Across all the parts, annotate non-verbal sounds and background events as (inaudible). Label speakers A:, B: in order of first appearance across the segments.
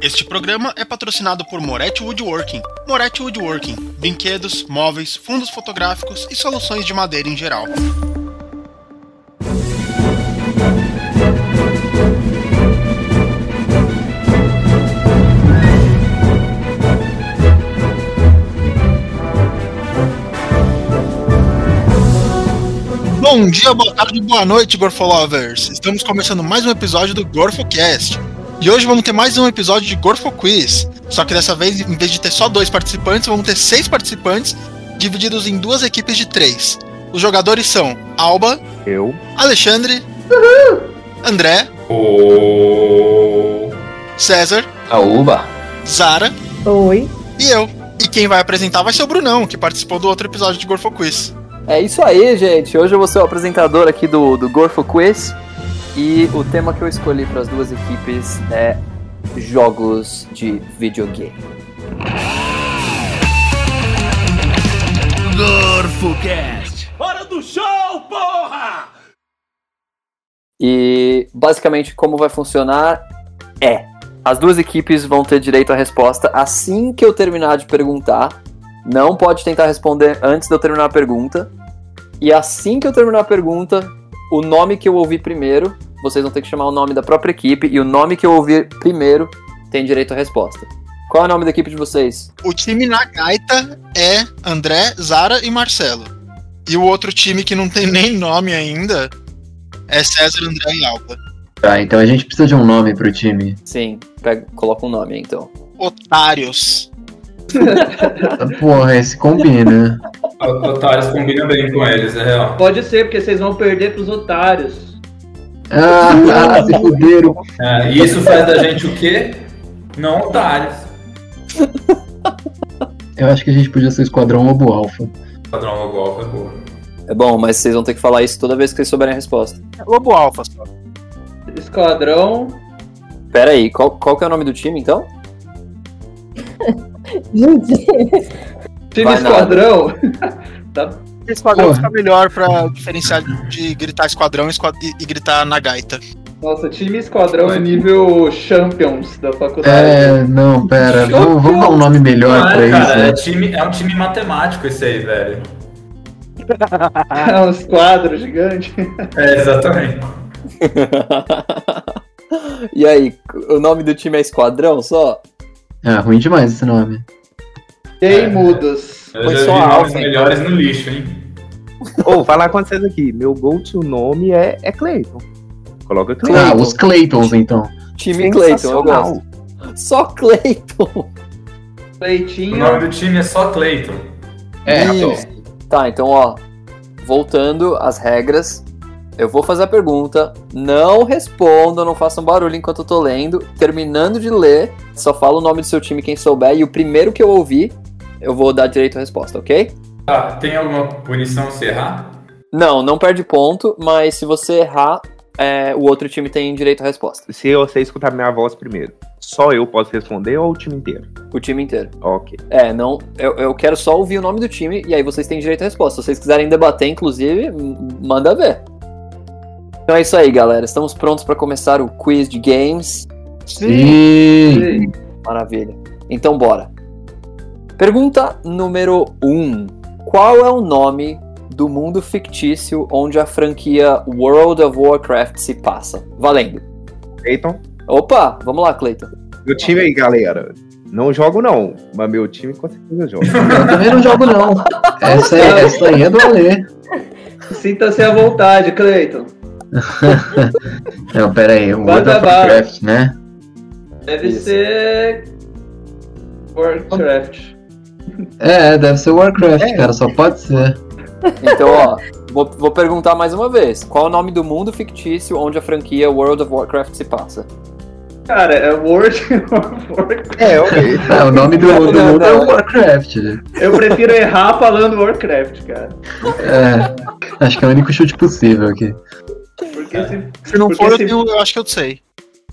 A: Este programa é patrocinado por Moretti Woodworking. Moretti Woodworking, brinquedos, móveis, fundos fotográficos e soluções de madeira em geral. Bom dia, boa tarde, boa noite, Gorfolovers! Estamos começando mais um episódio do GorfoCast. E hoje vamos ter mais um episódio de Gorfo Quiz. Só que dessa vez, em vez de ter só dois participantes, vamos ter seis participantes, divididos em duas equipes de três. Os jogadores são Alba,
B: Eu.
A: Alexandre, André, César,
B: Aúba.
A: Zara
C: Oi.
A: e eu. E quem vai apresentar vai ser o Brunão, que participou do outro episódio de Gorfo Quiz.
B: É isso aí, gente. Hoje eu vou ser o apresentador aqui do, do Gorfo Quiz. E o tema que eu escolhi para as duas equipes é jogos de videogame. E basicamente como vai funcionar é: as duas equipes vão ter direito à resposta assim que eu terminar de perguntar. Não pode tentar responder antes de eu terminar a pergunta. E assim que eu terminar a pergunta, o nome que eu ouvi primeiro, vocês vão ter que chamar o nome da própria equipe e o nome que eu ouvir primeiro tem direito à resposta. Qual é o nome da equipe de vocês?
A: O time na gaita é André, Zara e Marcelo. E o outro time que não tem nem nome ainda é César, André e Alba.
D: Tá, então a gente precisa de um nome pro time.
B: Sim, pega, coloca um nome aí, então.
A: Otários.
D: Porra, esse
B: (laughs)
D: combina.
E: Otários combina bem com eles, é real.
F: Pode ser, porque vocês vão perder pros otários.
D: Ah, ah, se fuderam.
E: É, e isso faz da gente o quê? Não otários.
D: Eu acho que a gente podia ser o Esquadrão Lobo Alfa.
E: Padrão Logolf é boa.
B: É bom, mas vocês vão ter que falar isso toda vez que vocês souberem a resposta.
A: Lobo Alfa só.
F: Esquadrão.
B: Pera aí, qual, qual que é o nome do time, então?
C: Gente,
F: Time
B: Vai nada.
F: Esquadrão. tá,
A: Esquadrão
D: Porra.
A: fica melhor pra diferenciar de gritar esquadrão e, esqua- e- e gritar na gaita.
F: nossa, time Esquadrão é nível Champions da faculdade.
D: É, não, pera. Vamos, vamos dar um nome melhor
E: Não
D: pra
E: é,
D: isso,
E: cara, é,
D: né?
E: time, é um time matemático esse aí, velho.
F: (laughs) É um esquadro gigante.
E: É, exatamente.
B: e aí, o nome do time é Esquadrão só?
D: Ah, ruim demais esse nome.
F: Gay
B: É.
F: mudos.
E: Eu
B: Foi só
E: já vi
B: a
E: nomes
B: Alfa,
E: melhores no lixo, hein?
G: Ô, falar com vocês aqui. Meu go-to nome é, é Clayton. Coloca
D: Ah,
G: Clayton.
D: os Claytons, então.
B: Time Clayton, eu
G: Sensacional.
B: gosto. Só Clayton.
E: O
F: Leitinho.
E: nome do time é só Clayton.
B: Isso. Tá, então ó, voltando às regras, eu vou fazer a pergunta, não respondam, não façam barulho enquanto eu tô lendo. Terminando de ler, só fala o nome do seu time quem souber e o primeiro que eu ouvir, eu vou dar direito à resposta, ok?
E: Tá, tem alguma punição se errar?
B: Não, não perde ponto, mas se você errar, é, o outro time tem direito à resposta.
G: Se você escutar minha voz primeiro, só eu posso responder ou o time inteiro?
B: O time inteiro.
G: Ok.
B: É, não. Eu, eu quero só ouvir o nome do time e aí vocês têm direito à resposta. Se vocês quiserem debater, inclusive, m- manda ver. Então é isso aí, galera. Estamos prontos para começar o quiz de games.
D: E...
B: Maravilha. Então bora. Pergunta número 1. Um. Qual é o nome do mundo fictício onde a franquia World of Warcraft se passa? Valendo.
G: Clayton,
B: Opa, vamos lá, Cleiton.
G: meu time aí, galera. Não jogo, não. Mas meu time com certeza (laughs) joga.
D: Eu também não jogo, não. Essa, é, essa aí é do Alê.
F: Sinta-se à vontade, Cleiton.
D: Não, pera aí. O
F: Vai,
D: World of
F: vai, vai.
D: Warcraft, né?
F: Deve
B: Isso.
F: ser. Warcraft.
D: É, deve ser Warcraft, cara. Só pode ser.
B: Então, ó, vou, vou perguntar mais uma vez. Qual é o nome do mundo fictício onde a franquia World of Warcraft se passa?
F: Cara, é World of (laughs) Warcraft.
G: É, ok.
D: Ah, o nome do, do
B: Não,
D: mundo é
B: não.
D: Warcraft.
F: Eu prefiro errar falando Warcraft, cara.
D: É. Acho que é o único chute possível aqui.
F: Porque
B: É.
F: se
A: Se não
F: Porque
A: for, eu,
F: se-
A: tenho- eu acho que eu sei.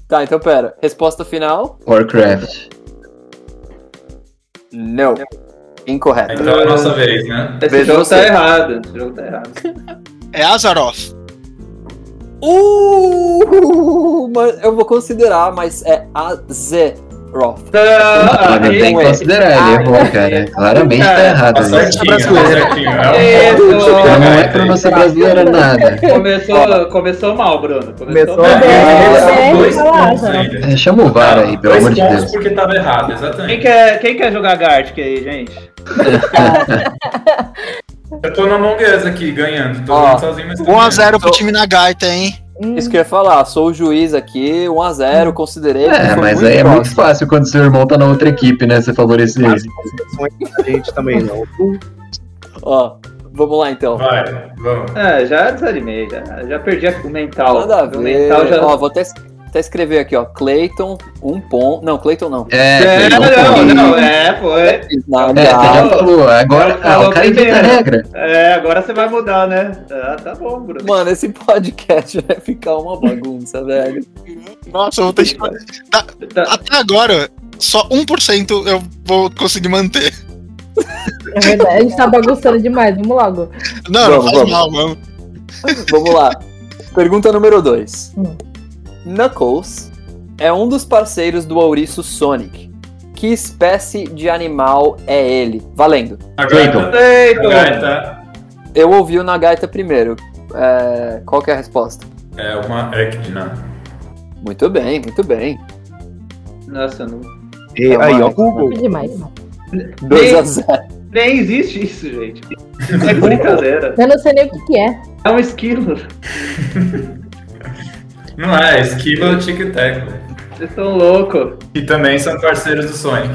B: Tá, então pera. Resposta final?
D: Warcraft.
B: Não. Incorreto.
E: Então é a nossa vez, né?
F: Esse
B: Veja
F: jogo tá
B: você.
F: errado. Esse jogo tá errado.
A: É Azaroth.
B: Uh, mas eu vou considerar, mas é AZ. Roth.
F: Tá,
D: Olha, tem
F: aí, Ah, é.
D: que considerar, ele errou, cara. Claramente tá
F: cara,
D: errado.
E: Tá
D: né?
E: certinho, tá
G: brasileiro.
E: certinho.
F: Isso. (laughs)
D: Não é
E: É um
D: pronúncia brasileira nada.
F: é. começou, começou mal, Bruno. Começou,
G: Começou
F: mal.
G: bem.
E: é,
C: É,
E: dois
C: é, é,
E: pontos
C: é.
E: ainda.
D: É, chama o VAR aí, pelo
E: dois
D: amor de
F: é.
E: pontos
D: Deus.
E: porque tava errado,
F: Quem
E: exatamente.
F: quer, quem quer jogar Gartic aí, gente?
E: Eu tô na Among Us aqui, ganhando. Tô
B: Ó,
E: jogando sozinho,
A: É.
E: mas... tá tô ganhando.
A: 1x0 pro time na gaita, hein?
C: Hum,
B: Isso que eu ia falar, sou o juiz aqui, 1x0, considerei. que
D: É,
B: foi
D: mas aí é muito
B: próximo.
D: fácil quando seu irmão tá na outra equipe, né? Você favorecer ele.
G: As concessões da gente também não. (laughs)
B: Ó, vamos lá então.
E: Vai, vamos.
F: Ah, já desanimei, já, já perdi o mental.
B: Nada a
F: o mental
B: ver.
F: já.
B: Ó, vou até, es- até escrever aqui, ó. Clayton, um ponto. Não, Clayton não.
D: É,
F: é,
D: Cleiton,
F: não,
D: pô.
F: não, é, foi.
B: Nada.
D: É, você já falou. Agora,
F: Não,
D: ah,
F: falou
D: o cara inventa a
F: primeiro.
D: regra.
F: É, agora você vai mudar, né? Ah, tá bom, Bruno.
B: Mano, esse podcast vai ficar uma bagunça, velho.
A: Nossa, eu vou ter que.
F: Tá-
A: Até agora, só 1% eu vou conseguir manter.
C: é verdade, a gente tá bagunçando demais, vamos logo.
A: Não, não
B: Vamos,
A: faz
B: vamos.
A: mal, vamos.
B: Vamos lá. Pergunta número 2.
C: Hum.
B: Knuckles é um dos parceiros do ouriço Sonic. Que espécie de animal é ele? Valendo.
E: Agora tá.
F: Cleiton!
E: Agora tá.
B: Eu ouvi o Nagaita primeiro. É, qual que é a resposta?
E: É uma Echidna.
B: Muito bem, muito bem.
F: Nossa, eu não.
G: E, aí, ó, Google.
C: Demais.
B: 2 a 0.
F: Nem existe isso, gente. É brincadeira.
C: Eu não sei nem o que, que é.
F: É um esquilo.
E: Não é, esquiva o Tic Tac. velho.
F: Vocês estão loucos.
E: E também são parceiros do Sonic.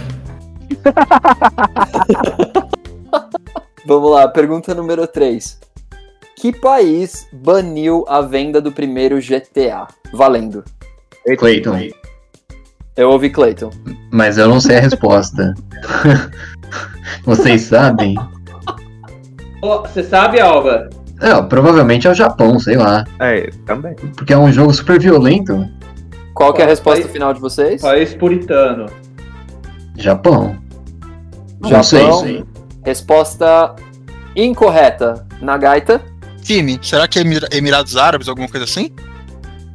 B: Vamos lá, pergunta número 3. Que país baniu a venda do primeiro GTA? Valendo.
D: Cleiton,
B: Eu ouvi Clayton.
D: mas eu não sei a resposta. (laughs) Vocês sabem?
F: Ó, Você sabe, Alba?
D: Não, provavelmente é o Japão, sei lá.
G: É, também.
D: Porque é um jogo super violento.
B: Qual que é a
F: Qual
B: resposta
F: país?
B: final de vocês?
F: País puritano.
D: Japão.
B: Japão.
D: Não sei, sei.
B: Resposta incorreta. Na gaita?
A: Time, será que é Emir- Emirados Árabes, alguma coisa assim?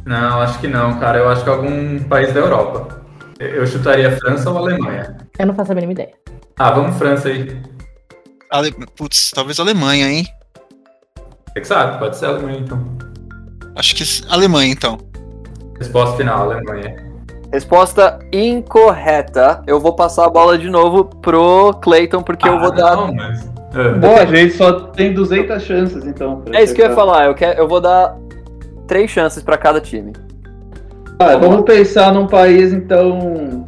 E: Não, acho que não, cara. Eu acho que é algum país da Europa. Eu eu chutaria França ou Alemanha.
C: Eu não faço a mínima ideia.
E: Ah, vamos França aí.
A: Ale... Putz, talvez Alemanha, hein?
E: Você É que sabe, pode ser Alemanha então.
A: Acho que Alemanha, então.
E: Resposta final, Alemanha.
B: Resposta incorreta. Eu vou passar a bola de novo pro Clayton, porque eu
E: Ah,
B: vou dar.
E: Não, mas... Ah,
F: Boa, gente só tem 200 chances, então. pra
B: É isso que eu ia
F: acertar.
B: falar. Eu, quero, eu vou dar três chances pra cada time.
F: Ah, vamos pensar num país, então,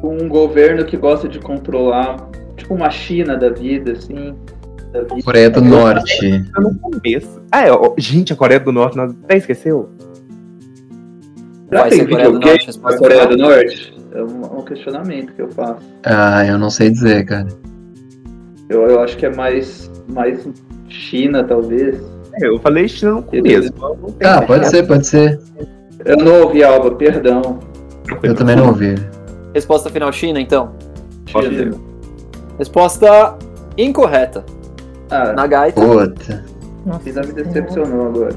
F: com um governo que gosta de controlar, tipo uma China da vida, assim. da vida.
D: Coreia do Norte.
G: Tá no começo. Ah, é, ó, gente, a Coreia do Norte, nós até esqueceu?
F: Será
B: Vai
F: que
B: ser
F: tem
B: Coreia do
F: videogame
B: Norte, resposta
F: na Coreia
B: final?
F: do Norte? É um, um questionamento que eu faço.
D: Ah, eu não sei dizer, cara.
F: Eu, eu acho que é mais, mais China, talvez.
G: É, eu falei China no começo. Não tem
D: Ah,
G: mais
D: pode
G: nada.
D: ser, pode ser.
F: Eu não ouvi Alba, perdão.
D: Eu também não ouvi.
B: Resposta final, China, então.
G: Pode
F: China.
B: Resposta incorreta.
F: Ah,
B: Na gaita.
D: Puta.
C: Nossa.
F: Pisa me
C: Senhora.
F: decepcionou agora.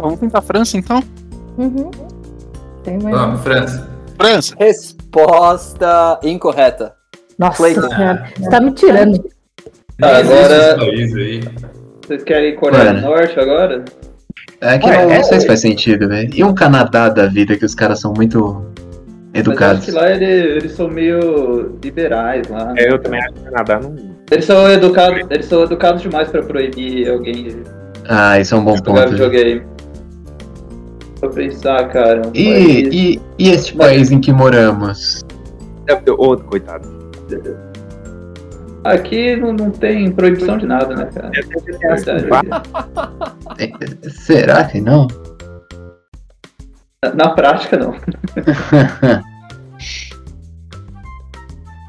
A: vamos tentar França, então?
C: Uhum. Tem mais.
E: Vamos, França.
A: França.
B: Resposta incorreta.
C: Nossa
B: Clayton.
C: senhora. Você tá me tirando.
B: Tá,
E: Não
F: Ah,
E: existe
F: agora-
E: esse país aí.
F: Vocês querem Coreia do
D: Mano.
F: Norte agora?
D: É que
G: Ué,
D: não,
G: é-
D: não sei se faz sentido, velho. E um Canadá da vida, que os caras são muito
F: Mas eu acho
D: educados.
F: que lá ele- eles são meio liberais lá. né?
G: É, eu também acho que Canadá não.
F: Eles são educados, eles são educados demais pra proibir alguém de
D: Ah, isso é um bom
F: jogar
D: ponto.
F: videogame. Vou pensar, cara. um país-
D: E, e, e este país em que moramos?
G: Deve ter outro, coitado.
F: Aqui não, não tem proibição de nada, né, cara? Verdade.
D: Será que não?
F: Na, na
D: (laughs)
F: prática, não.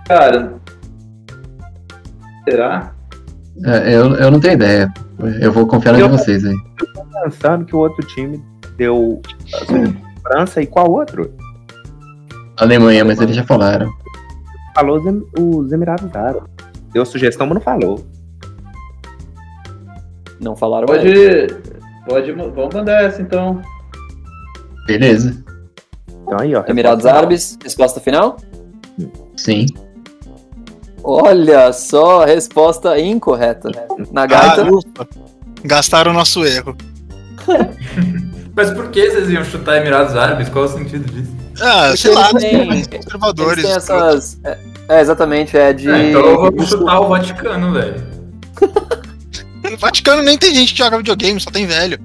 F: Cara. Será?
D: É, eu, eu não tenho ideia. Eu vou confiar em
G: Eu-
D: vocês aí.
G: Tá Pensando que o outro time deu assim, França e qual outro?
D: Alemanha, mas eles já falaram.
G: Falou os, Em- os Emirados Árabes. Deu sugestão, mas não falou.
B: Não falaram ainda.
F: Pode. Pode. ma- Vamos mandar essa então.
D: Beleza.
G: Então aí, ó.
B: Emirados Árabes, resposta final?
D: Sim.
B: Olha só, resposta incorreta. Na gaita.
A: Ah, ufa. Gastaram o nosso erro.
E: Mas por que vocês iam chutar Emirados Árabes? Qual o sentido disso?
A: Ah, sei lá,
B: eles têm-
A: os
B: Eles
A: conservadores.
B: têm essas. É, é, exatamente, é de.
E: É, então eu vou chutar o Vaticano, velho.
A: No Vaticano nem tem gente que joga videogame, só tem velho.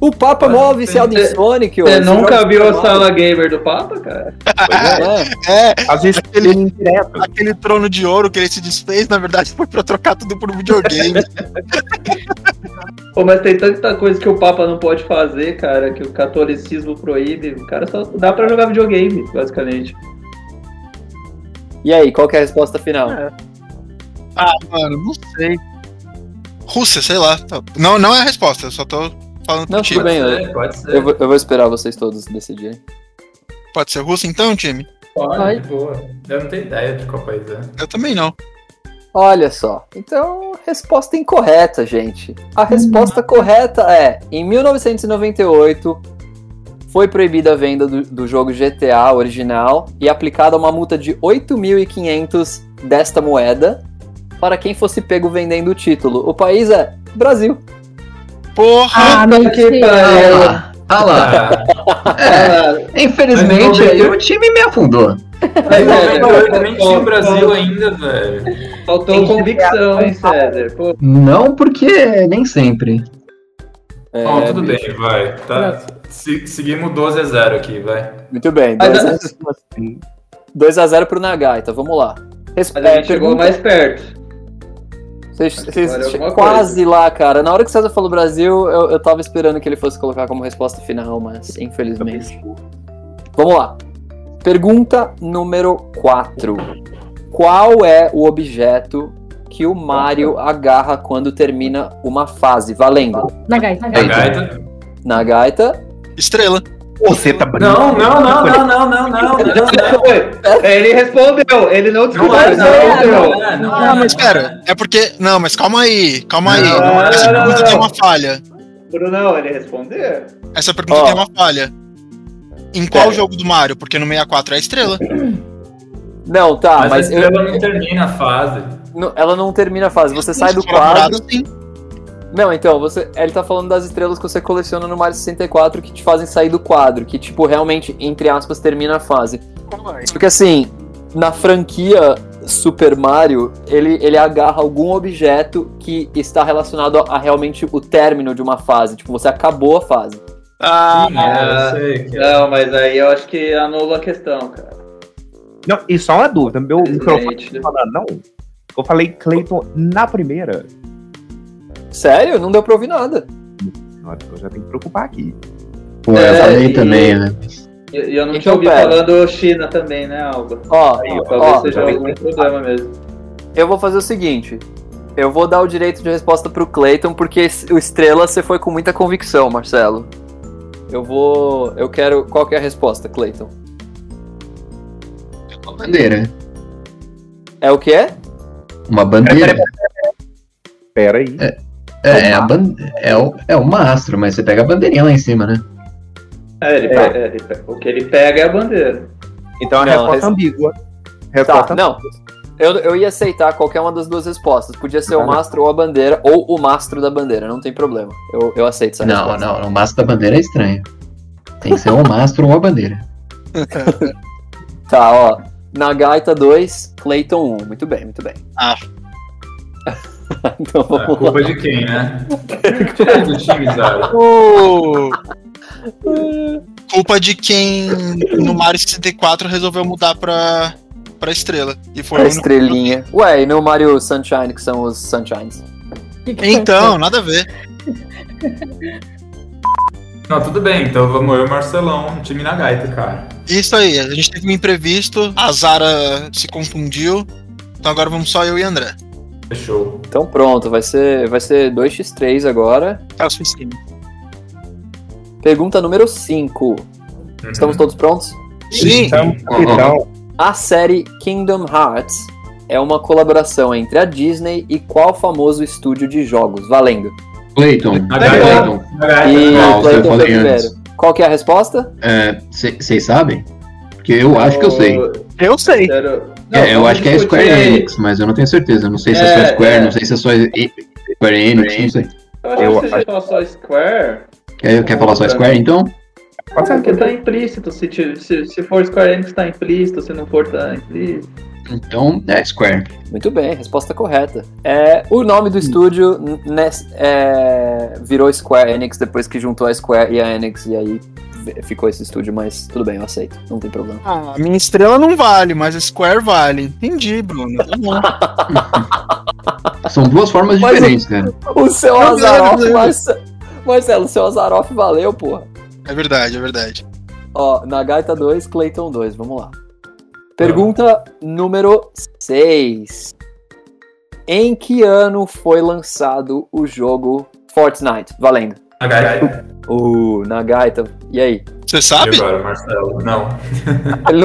B: O Papa
E: Mas
B: mó oficial de
F: você-
B: Sonic, ô,
F: Você
B: esse
F: nunca
B: jogo
F: viu
B: tá
F: né? a
B: mal.
F: sala gamer do Papa, cara?
B: É,
A: É,
G: Às vezes
A: Aquele-
G: ele indireto.
A: aquele trono de ouro que ele se desfez, na verdade, foi pra trocar tudo por videogame.
F: Pô, mas tem tanta coisa que o Papa não pode fazer, cara, que o catolicismo proíbe. O cara só dá pra jogar videogame, basicamente.
B: E aí, qual que é a resposta final?
A: ah, mano, não sei. Rússia, sei lá. Não, não é a resposta, eu só tô falando pro
B: Não,
A: time.
B: tudo bem, eu,
E: É, pode ser.
B: eu vou, eu vou esperar vocês todos decidirem.
A: Pode ser Rússia então, time?
E: Pode,
C: Pode.
E: de boa. Eu não tenho ideia de qual país é.
A: Eu também não.
B: Olha só, então, resposta incorreta, gente. A resposta correta é: em 1998 foi proibida a venda do, do jogo GTA original e aplicada uma multa de 8.500 desta moeda para quem fosse pego vendendo o título. O país é Brasil.
A: Porra!
C: Ah,
F: Puta que pariu.
C: mentira.
D: Ah lá, ah lá.
E: Ah,
D: É,
F: Tá.
D: infelizmente
E: Mas
D: aí o time me afundou.
F: Aí,
E: em
F: é,
E: 98
F: velho,
E: nem tinha o
F: faltou-
E: Brasil ainda, velho.
F: Faltou convicção, hein, César? Pô,
D: Não porque nem sempre.
B: É,
E: Bom, tudo bem, vai. Tá. Se- seguimos 12 a 0 aqui, vai.
B: Muito bem.
F: Mas assim,
B: 2 a, 2 a 0 pro Nagaita, vamos lá. Respe-
F: mas a gente
B: pergunta-
F: chegou mais perto.
B: Vocês-
F: Acho que
B: vocês-
F: vale alguma
B: quase lá, cara. Na hora que o César falou Brasil, eu, eu tava esperando que ele fosse colocar como resposta final, mas infelizmente. Vamos lá. Pergunta número 4. Qual é o objeto que o Mario agarra quando termina uma fase? Valendo.
C: Na gaita.
E: A
D: Eita.
E: gaita.
B: Na gaita.
A: Estrela.
G: Pô, Você tá
E: Não, não, não, não, não, não, não, não, não.
F: é. Ele respondeu, ele não discutiu.
E: Não é, não é,
F: respondeu.
E: não é, não é.
A: Ah, mas pera, é porque. Não, mas calma aí, calma aí.
F: Não, não,
A: Essa
F: não,
A: pergunta
F: não.
A: tem uma falha.
F: Brunão, ele respondeu.
A: Essa pergunta
B: Ó.
A: tem uma falha. Em qual jogo do Mario? Porque no 64 é a estrela.
B: Não, tá,
E: Mas,
B: mas,
E: a
B: eu-
E: Ah, estrela não termina a fase.
B: não- ela não termina a fase. Você
A: Se
B: sai do
A: for apurado,
B: quadro.
A: sim.
B: Não, então, você, ele tá falando das estrelas que você coleciona no Mario 64 que te fazem sair do quadro, que, tipo, realmente, entre aspas, termina a fase.
F: é?
B: Só que, assim, na franquia Super Mario, ele, ele agarra algum objeto que está relacionado a, a realmente o término de uma fase. Tipo, você acabou a fase.
A: Ah,
E: Ah, eu sei que
F: Não, mas aí eu acho que anula a questão, cara.
G: Não, e só uma dúvida, meu microfone
B: né?
F: Infelizmente.
G: tá falando, não. Eu falei Clayton na primeira.
B: Sério? Não deu pra ouvir nada.
G: Nossa, eu já tenho que preocupar aqui.
D: Pô, eu
F: É,
D: falei
F: e-
D: também, né?
F: E e eu não te
B: Então,
F: ouvi
B: pera.
F: falando China também, né, Alba?
B: Ó,
F: Aí,
B: ó,
F: talvez
B: ó,
F: seja
G: já vi.
F: algum problema mesmo.
B: eu vou fazer o seguinte. Eu vou dar o direito de resposta pro Clayton, porque esse- o Estrela você foi com muita convicção, Marcelo. Eu vou. Eu quero. Qual que é a resposta, Clayton?
D: Uma bandeira.
B: É o que é?
D: Uma bandeira.
G: Pera aí.
D: É, é, a ban- é, o, é o mastro, mas você pega a bandeirinha lá em cima, né?
F: É, ele pega, é, ele pega- o que ele pega é a bandeira.
G: Então a
B: Não,
G: resposta
B: res-
G: é ambígua.
B: Tá,
G: Resposta
B: não. Eu, eu ia aceitar qualquer uma das duas respostas. Podia ser o
G: Tá.
B: mastro ou a bandeira, ou o mastro da bandeira, não tem problema. Eu, eu aceito essa
D: Não,
B: resposta.
D: não, o mastro da bandeira é estranho. Tem que ser ou o mastro ou a (laughs) bandeira.
B: Tá, ó. Nagaita 2, Clayton 1. Muito bem, muito bem.
A: Ah.
B: (laughs) então
E: é.
B: vamos lá.
E: Culpa de quem, né? Do time, Zara.
A: Ô! Culpa de quem no Mario 64 resolveu mudar pra, pra estrela. E foi
B: A
A: o único-
B: estrelinha. Ué, e no Mario Sunshine, que são os Sunshines?
C: Que que
A: Então, nada a ver.
E: Não, tudo bem, então vamos eu e o Marcelão, um time na gaita, cara.
A: Isso aí, a gente teve um imprevisto, a Zara se confundiu. Então agora vamos só eu e André.
E: Fechou.
B: Então pronto, vai ser, vai ser 2x3 agora.
A: É o suficiente.
B: Pergunta número 5.
E: Uhum.
B: Estamos todos prontos?
A: Sim!
G: Então, capitão.
B: A série Kingdom Hearts é uma colaboração entre a Disney e qual famoso estúdio de jogos? Valendo.
D: Clayton,
E: A
F: Pega
E: gaita.
D: Clayton,
E: A gaita.
B: E
E: né?
D: Não,
B: o Clayton
D: eu
B: foi
D: falei
B: primeiro.
D: antes.
B: Qual que é a resposta?
D: vocês sabem? Porque eu acho que eu sei.
G: Eu sei.
F: Quero- Não,
D: É, eu
F: vamos
D: acho que é Square
F: discutir-
D: Enix, mas eu não tenho certeza. Eu não sei se é,
F: É,
D: só Square,
F: é.
D: não sei se é só E- Square Enix, não sei.
F: Eu acho
G: Eu
F: que seja só Square.
D: Quer, quer falar só Square então?
G: Pode ser.
F: Porque tá implícito. Se, ti- se, se for Square Enix, tá implícito. Se não for, tá implícito.
D: Então é Square.
B: Muito bem, resposta correta. É, o nome do estúdio n- nes- é, virou Square Enix depois que juntou a Square e a Enix, e aí v- ficou esse estúdio, mas tudo bem, eu aceito, não tem problema.
A: Ah, minha estrela não vale, mas a Square vale. Entendi, Bruno. Tá bom.
D: São duas formas
B: Mas eu-
D: diferentes, cara.
B: O seu
A: Meu Deus,
B: Azaroff,
A: Deus.
B: Marcelo, Marcelo, o seu Azaroff valeu, porra.
A: É verdade, é verdade.
B: Ó, Nagaita 2, Clayton 2, vamos lá. Pergunta número 6. Em que ano foi lançado o jogo Fortnite? Valendo.
E: A Gaia.
B: Uh, Nagaita. E aí?
A: Você
E: E
A: sabe?
E: agora, Marcelo? Não.
B: Ele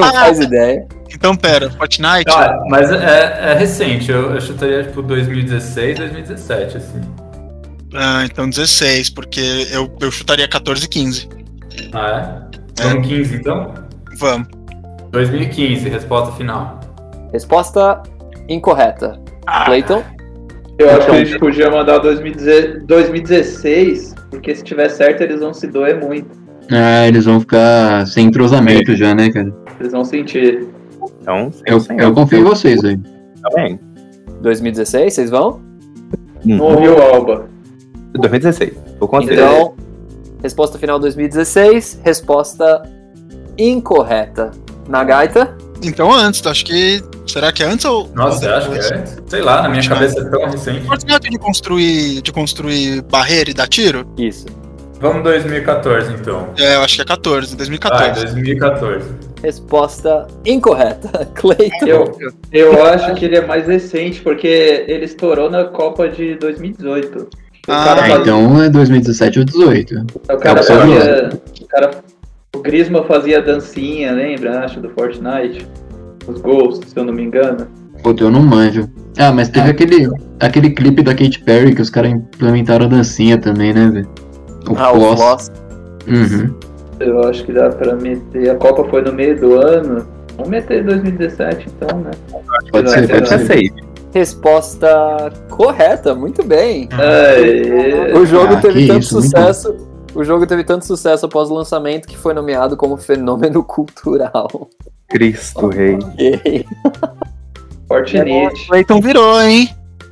A: (laughs)
B: não faz ideia.
A: Então, pera, Fortnite?
E: Cara, mas é, é recente. Eu, eu chutaria, tipo, 2016, 2017, assim.
A: Ah, então 16, porque eu, eu chutaria 14 e 15.
E: Ah, é? Vamos 15, então?
A: Vamos.
E: 2015, resposta final.
B: Resposta incorreta.
A: Ah.
B: Clayton?
F: Eu acho que a gente podia mandar 2010 2016, porque se tiver certo, eles vão se doer muito.
D: Ah, eles vão ficar sem entrosamento já, né, cara?
F: Eles vão sentir.
G: Então, sim,
D: Eu,
G: senhor. tá
D: eu confio em vocês aí.
G: Também.
B: 2016, vocês vão?
G: Hum,
F: Não ouviu, Alba?
G: 2016. Vou considerar.
B: Então, resposta final 2016, resposta incorreta. Nagaita?
A: Então antes, acho que. Será que é antes ou.
E: Nossa, eu acho que é. Sei lá, na minha cabeça é tão recente.
A: Fortnite assim, de construir, de construir barreira e dar tiro?
B: Isso.
E: Vamos 2014, então.
A: É, eu acho que é 14,
E: Vai,
A: 2014.
E: 2014.
B: Resposta incorreta. (laughs) Clayton?
F: Eu, eu acho que ele é mais recente, porque ele estourou na Copa de 2018. O
A: Ah,
F: cara
D: Ah,
F: fazia-
D: então é 2017 ou 18.
F: O cara
D: É o seu
F: fazia. O cara. O Grisma fazia dancinha, lembra? Ah, Acho do Fortnite. Os gols, se eu não me engano.
D: Puta, eu não manjo. Ah, mas teve aquele, aquele clipe da Katy Perry que os caras implementaram a dancinha também, né, velho? O
B: Ah, o
D: Floss.
B: Floss.
D: Uhum.
F: Eu acho que dá pra meter. A Copa foi no meio do ano. Vamos meter 2017 então, né?
D: Pode ser, pode ser.
G: 2016.
B: (laughs) Resposta correta, muito bem.
F: Aê.
B: O jogo
D: Ah,
B: teve
D: que
B: tanto
D: isso, muito
B: sucesso. O jogo teve tanto sucesso após o lançamento que foi nomeado como fenômeno (laughs) cultural.
G: Cristo Rei.
B: Ok.
F: Fortnite.
A: Clayton virou, hein?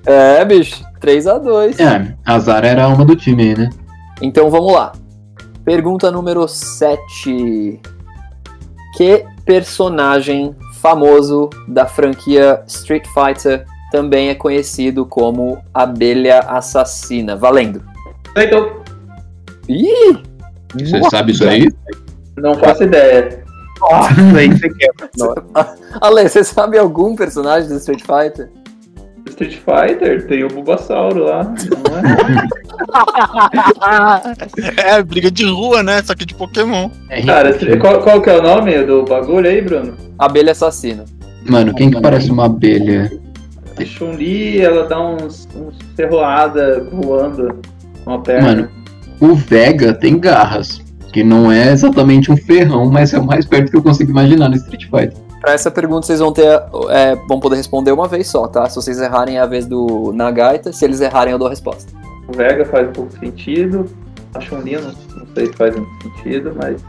B: É, bicho, 3 a 2
D: É, a Zara era a alma do time aí, né?
B: Então vamos lá. Pergunta número 7. Que personagem famoso da franquia Street Fighter também é conhecido como Abelha Assassina? Valendo.
F: Então,
B: Ih,
D: Você sabe isso aí?
F: não faço ideia.
G: Nossa, aí você (laughs) quer.
B: (laughs) Ale, você sabe algum personagem do Street Fighter?
F: Street Fighter tem o Bulbasauro lá, não é?
C: Ah,
A: É, briga de rua, né? Só que de Pokémon.
D: É,
F: Cara, Street- qual, qual que é o nome do bagulho aí, Bruno?
B: Abelha Assassina.
D: Mano, é quem que parece uma abelha?
F: A Chun-Li, ela dá uns, uns ferroada voando com a perna.
D: Mano, o Vega tem garras. Que não é exatamente um ferrão, mas é o mais perto que eu consigo imaginar no Street Fighter.
B: Pra essa pergunta, vocês vão ter. é, vão poder responder uma vez só, tá? Se vocês errarem é a vez do Nagaita, se eles errarem, eu dou a resposta.
F: O Vega faz pouco sentido. A Chun-Li, eu não, não sei se faz muito sentido, mas.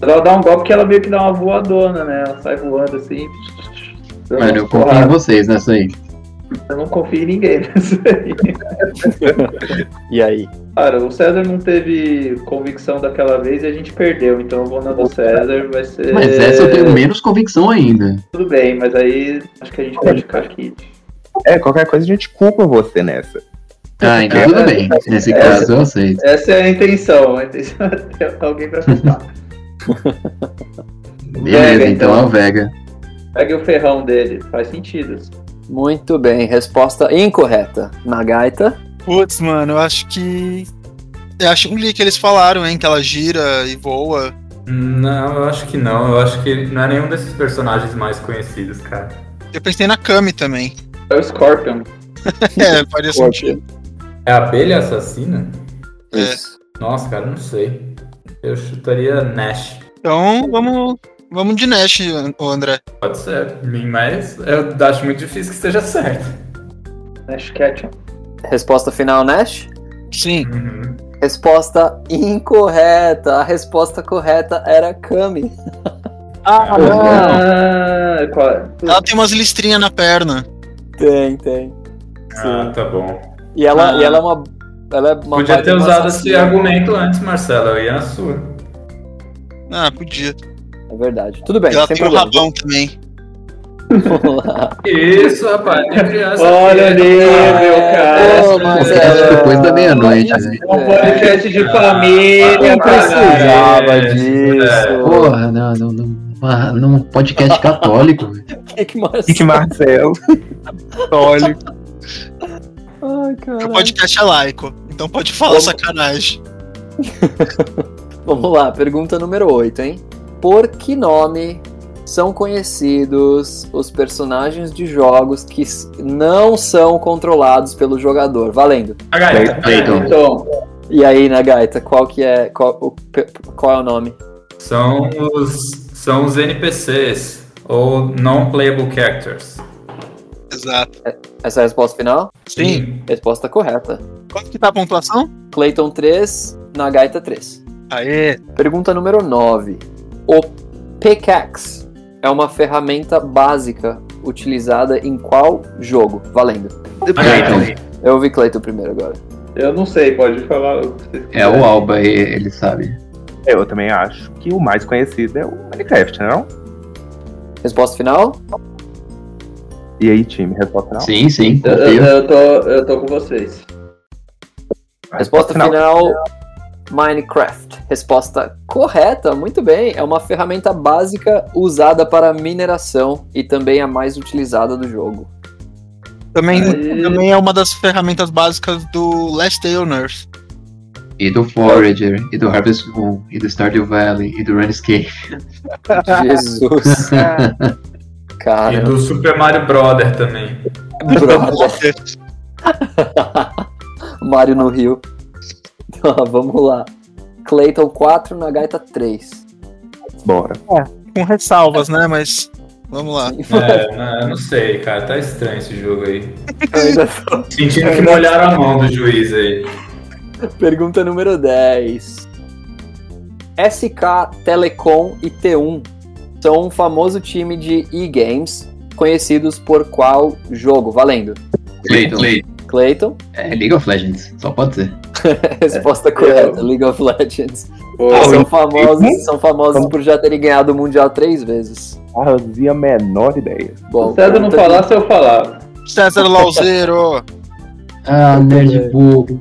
F: Ela dá um golpe que ela meio que dá uma voadona, né? Ela sai voando assim. dando
D: Mano, eu
F: umas
D: confio em
F: porradas.
D: vocês nessa aí.
F: Eu não confio em ninguém (laughs) nisso aí.
B: E aí?
F: Cara, o César não teve convicção daquela vez e a gente perdeu, então eu vou na do César, vai ser.
D: Mas essa eu tenho menos convicção ainda.
F: Tudo bem, mas aí acho que a gente pode ficar aqui.
G: É, qualquer coisa a gente culpa você nessa.
D: Ah, então tudo bem. Nesse caso eu aceito.
F: Essa é a intenção, a intenção é ter alguém pra festar.
D: Beleza, então é o Vega.
F: Pega o ferrão dele, faz sentido.
B: Muito bem, resposta incorreta. Nagaita.
A: Putz, mano, eu acho que. É a Chun-Li que eles falaram, hein? Que ela gira e voa.
E: Não, eu acho que não. Eu acho que não é nenhum desses personagens mais conhecidos, cara.
A: Eu pensei na Kami também. (laughs)
F: É o Scorpion.
A: É, faria sentido.
E: É a abelha assassina?
A: É.
B: Isso.
E: Nossa, cara, eu não sei. Eu chutaria Nash.
A: Então, vamos. Vamos de Nash, An- ô André.
E: Pode ser, mas eu acho muito difícil que seja certo.
F: Ash Ketchum.
B: Resposta final, Nash?
A: Sim.
E: Uhum.
B: Resposta incorreta. A resposta correta era Kami.
G: Ah,
D: não.
F: Ah, qual é?
A: Ela tem umas listrinhas na perna.
B: Tem, tem.
E: Ah, tá bom.
B: E ela,
F: Ah.
B: e ela é uma. Ela é uma assim.
E: Podia
B: baita
E: ter usado esse
B: assassina.
E: argumento antes, Marcelo, eu ia na sua.
A: Ah, podia.
B: É verdade. Tudo bem,
A: E ela
B: sem
A: tem um
B: problema.
A: rabão também.
B: Vamos (laughs)
E: (laughs)
B: lá.
E: Que Isso, rapaz, tem criança.
F: Olha
E: aqui.
F: ali,
E: É,
F: meu cara.
B: Ô, Marcelo,
D: Depois da meia-noite, né?
B: olha
D: velho.
F: É um podcast de família,
E: Não
F: cara.
B: precisava
E: É,
B: disso.
D: Porra, não, não, não, uma- num podcast católico, velho.
B: O que que Marcelo?
G: Henrique Marcelo. (laughs) Olha,
B: Ai,
A: Porque
B: caralho.
A: o podcast é laico. Então pode falar
B: Vamos-
A: sacanagem.
B: Vamos lá, pergunta número 8, hein? Por que nome são conhecidos os personagens de jogos que s- não são controlados pelo jogador? Valendo.
E: A gaita.
D: Clayton.
F: Então,
B: E aí, Nagaita, qual que é qual, o, pe- qual é o nome?
E: São os, são os NPCs, ou Non-Playable Characters.
A: Exato.
B: Essa é a resposta final?
A: Sim.
B: Resposta correta.
A: Quanto que tá a pontuação?
B: Clayton 3, Nagaita 3.
A: Aê.
B: Pergunta número 9. O pickaxe é uma ferramenta básica utilizada em qual jogo? Valendo.
D: É,
E: A gaita.
D: então,
B: Eu ouvi Clayton primeiro agora.
F: eu não sei, pode falar. o que vocês
D: É o Alba, e- ele sabe.
G: eu também acho que o mais conhecido é o Minecraft, não?
B: Resposta final?
G: E aí, time, resposta final?
D: Sim, sim,
F: Eu, eu-
D: confio.
F: eu tô, eu tô com vocês.
B: Resposta final. Minecraft. Resposta correta, muito bem. É uma ferramenta básica usada para mineração e também a mais utilizada do jogo.
A: Também,
F: Aê.
A: também é uma das ferramentas básicas do Last Day on Earth.
D: E do Forager, e do Harvest Moon, e do Stardew Valley, e do Runescape.
F: Ah. (laughs)
B: Jesus.
E: E
B: Cara,
E: do Super Mario Brother também.
B: (laughs)
E: (laughs)
B: brother. Mário no Rio. (laughs) Então, vamos lá. Clayton 4, Nagaita 3.
G: Bora.
A: Com ressalvas, né? Mas vamos lá.
E: É, não, eu não sei, cara, tá estranho esse jogo aí.
B: Eu
F: (laughs)
B: ainda tô-
E: Sentindo que molharam a mão do juiz aí.
B: Pergunta número 10. SK, Telecom e T1 são um famoso time de e-games conhecidos por qual jogo? Valendo.
D: Clayton.
B: Clayton,
D: Então,
B: (laughs)
D: É League of Legends, só pode ser.
F: É,
B: resposta correta. League of Legends.
G: Ah,
B: são,
G: eu-
B: famosos,
F: Uhum.
G: eu-
B: são famosos por já terem ganhado o Mundial três vezes.
G: Fazia a menor ideia.
B: Bom, então,
F: Se eu não
B: pergunta
F: falasse, eu falava.
A: César Lauzeiro.
D: Ah, nerd burro.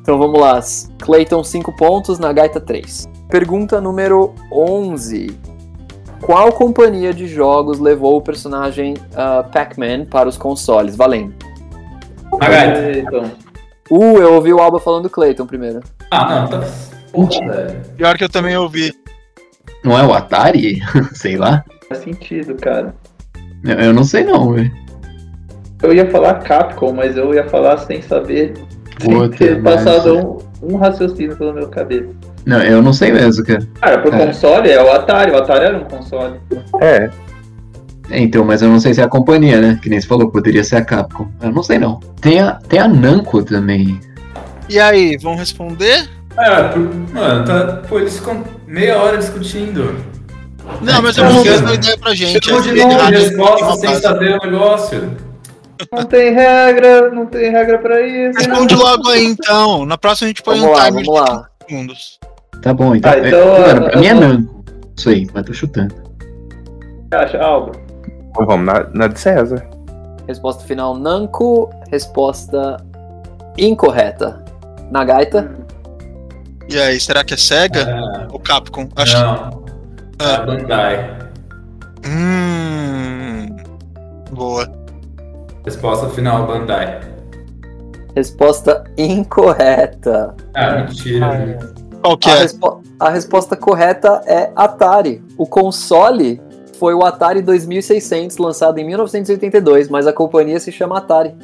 B: Então vamos lá. Clayton, 5 pontos, Nagaita, 3. Pergunta número 11. Qual companhia de jogos levou o personagem ah, Pac-Man para os consoles? Valendo.
E: A gaita.
F: Então,
B: Uh, eu ouvi o Alba falando Clayton primeiro.
E: Ah, não, tá. Porra,
F: é,
E: velho.
A: Pior que eu também ouvi.
D: Não é o Atari? (laughs) sei lá.
F: faz sentido, cara.
D: Eu, eu não sei não, velho.
F: Eu ia falar Capcom, mas eu ia falar sem saber, sem
D: Puta,
F: ter
D: mas- é.
F: passado um, um raciocínio pela minha cabeça.
D: Não, eu não sei mesmo, cara.
F: Cara, pro
D: É.
F: console é o Atari, o Atari era um console.
G: É,
D: É, Então, mas eu não sei se é a companhia, né? Que nem você falou, poderia ser a Capcom. Eu não sei não. Tem a, tem a Namco também.
A: E aí, vão responder?
E: É, por- mano, tá. Pô, eles ficam meia hora discutindo.
A: Não, mas eu
E: Não,
A: não sei,
E: não.
A: não ideia pra gente. é
E: Chamou de
A: Essa
E: novo
A: ideia
E: de
A: tem
E: resposta
A: uma
E: sem
A: base.
E: saber o negócio.
F: Não tem regra, não tem regra pra isso.
A: Responde logo aí, então. Na próxima a gente põe
B: Vamos
A: um
B: lá,
A: timer de
B: vamos lá.
A: 30 segundos.
D: Tá bom, então.
F: Ah,
D: é-
F: então,
D: mano, pra
F: eu-
D: mim é
F: eu-
D: Namco. Isso aí, mas tô chutando.
F: Você acha, Alba?
G: então vamos na, na de César.
B: Resposta final, Namco. Resposta incorreta. Nagaita.
A: E aí, será que é SEGA
E: Ah,
A: ou Capcom? Acho que. É.
E: não. Ah, Bandai.
A: Hum. Boa.
E: Resposta final, Bandai.
B: Resposta incorreta.
E: Ah, mentira. né?
A: Qual que
B: A,
A: é?
B: respo- a resposta correta é Atari. O console foi o Atari 2600, lançado em 1982, mas a companhia se chama Atari.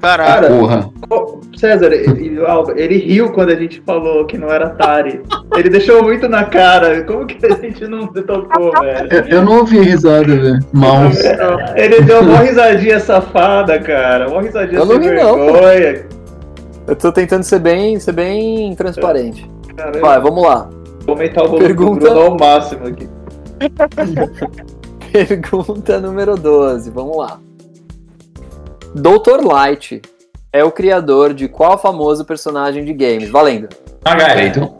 A: Caralho.
F: Cara,
D: Porra.
F: Ô, César, e- e, Alba, ele riu quando a gente falou que não era Atari. Ele deixou muito na cara. Como que a gente não tocou, velho?
D: Eu, eu não ouvi risada, velho. Mouse.
F: (laughs) Ele deu uma risadinha safada, cara. Uma risadinha
B: Eu não
F: sem
B: ri, não, pô.
F: vergonha.
B: Eu tô tentando ser bem, ser bem transparente.
A: É.
F: Cara,
B: Vai, vamos lá. (laughs)
F: eu vou aumentar o volume
B: Pergunta-
F: do Bruno ao máximo aqui.
B: Pergunta número 12, vamos lá. Dr. Light é o criador de qual famoso personagem de games? Valendo.
E: Ah, galera.
D: Então,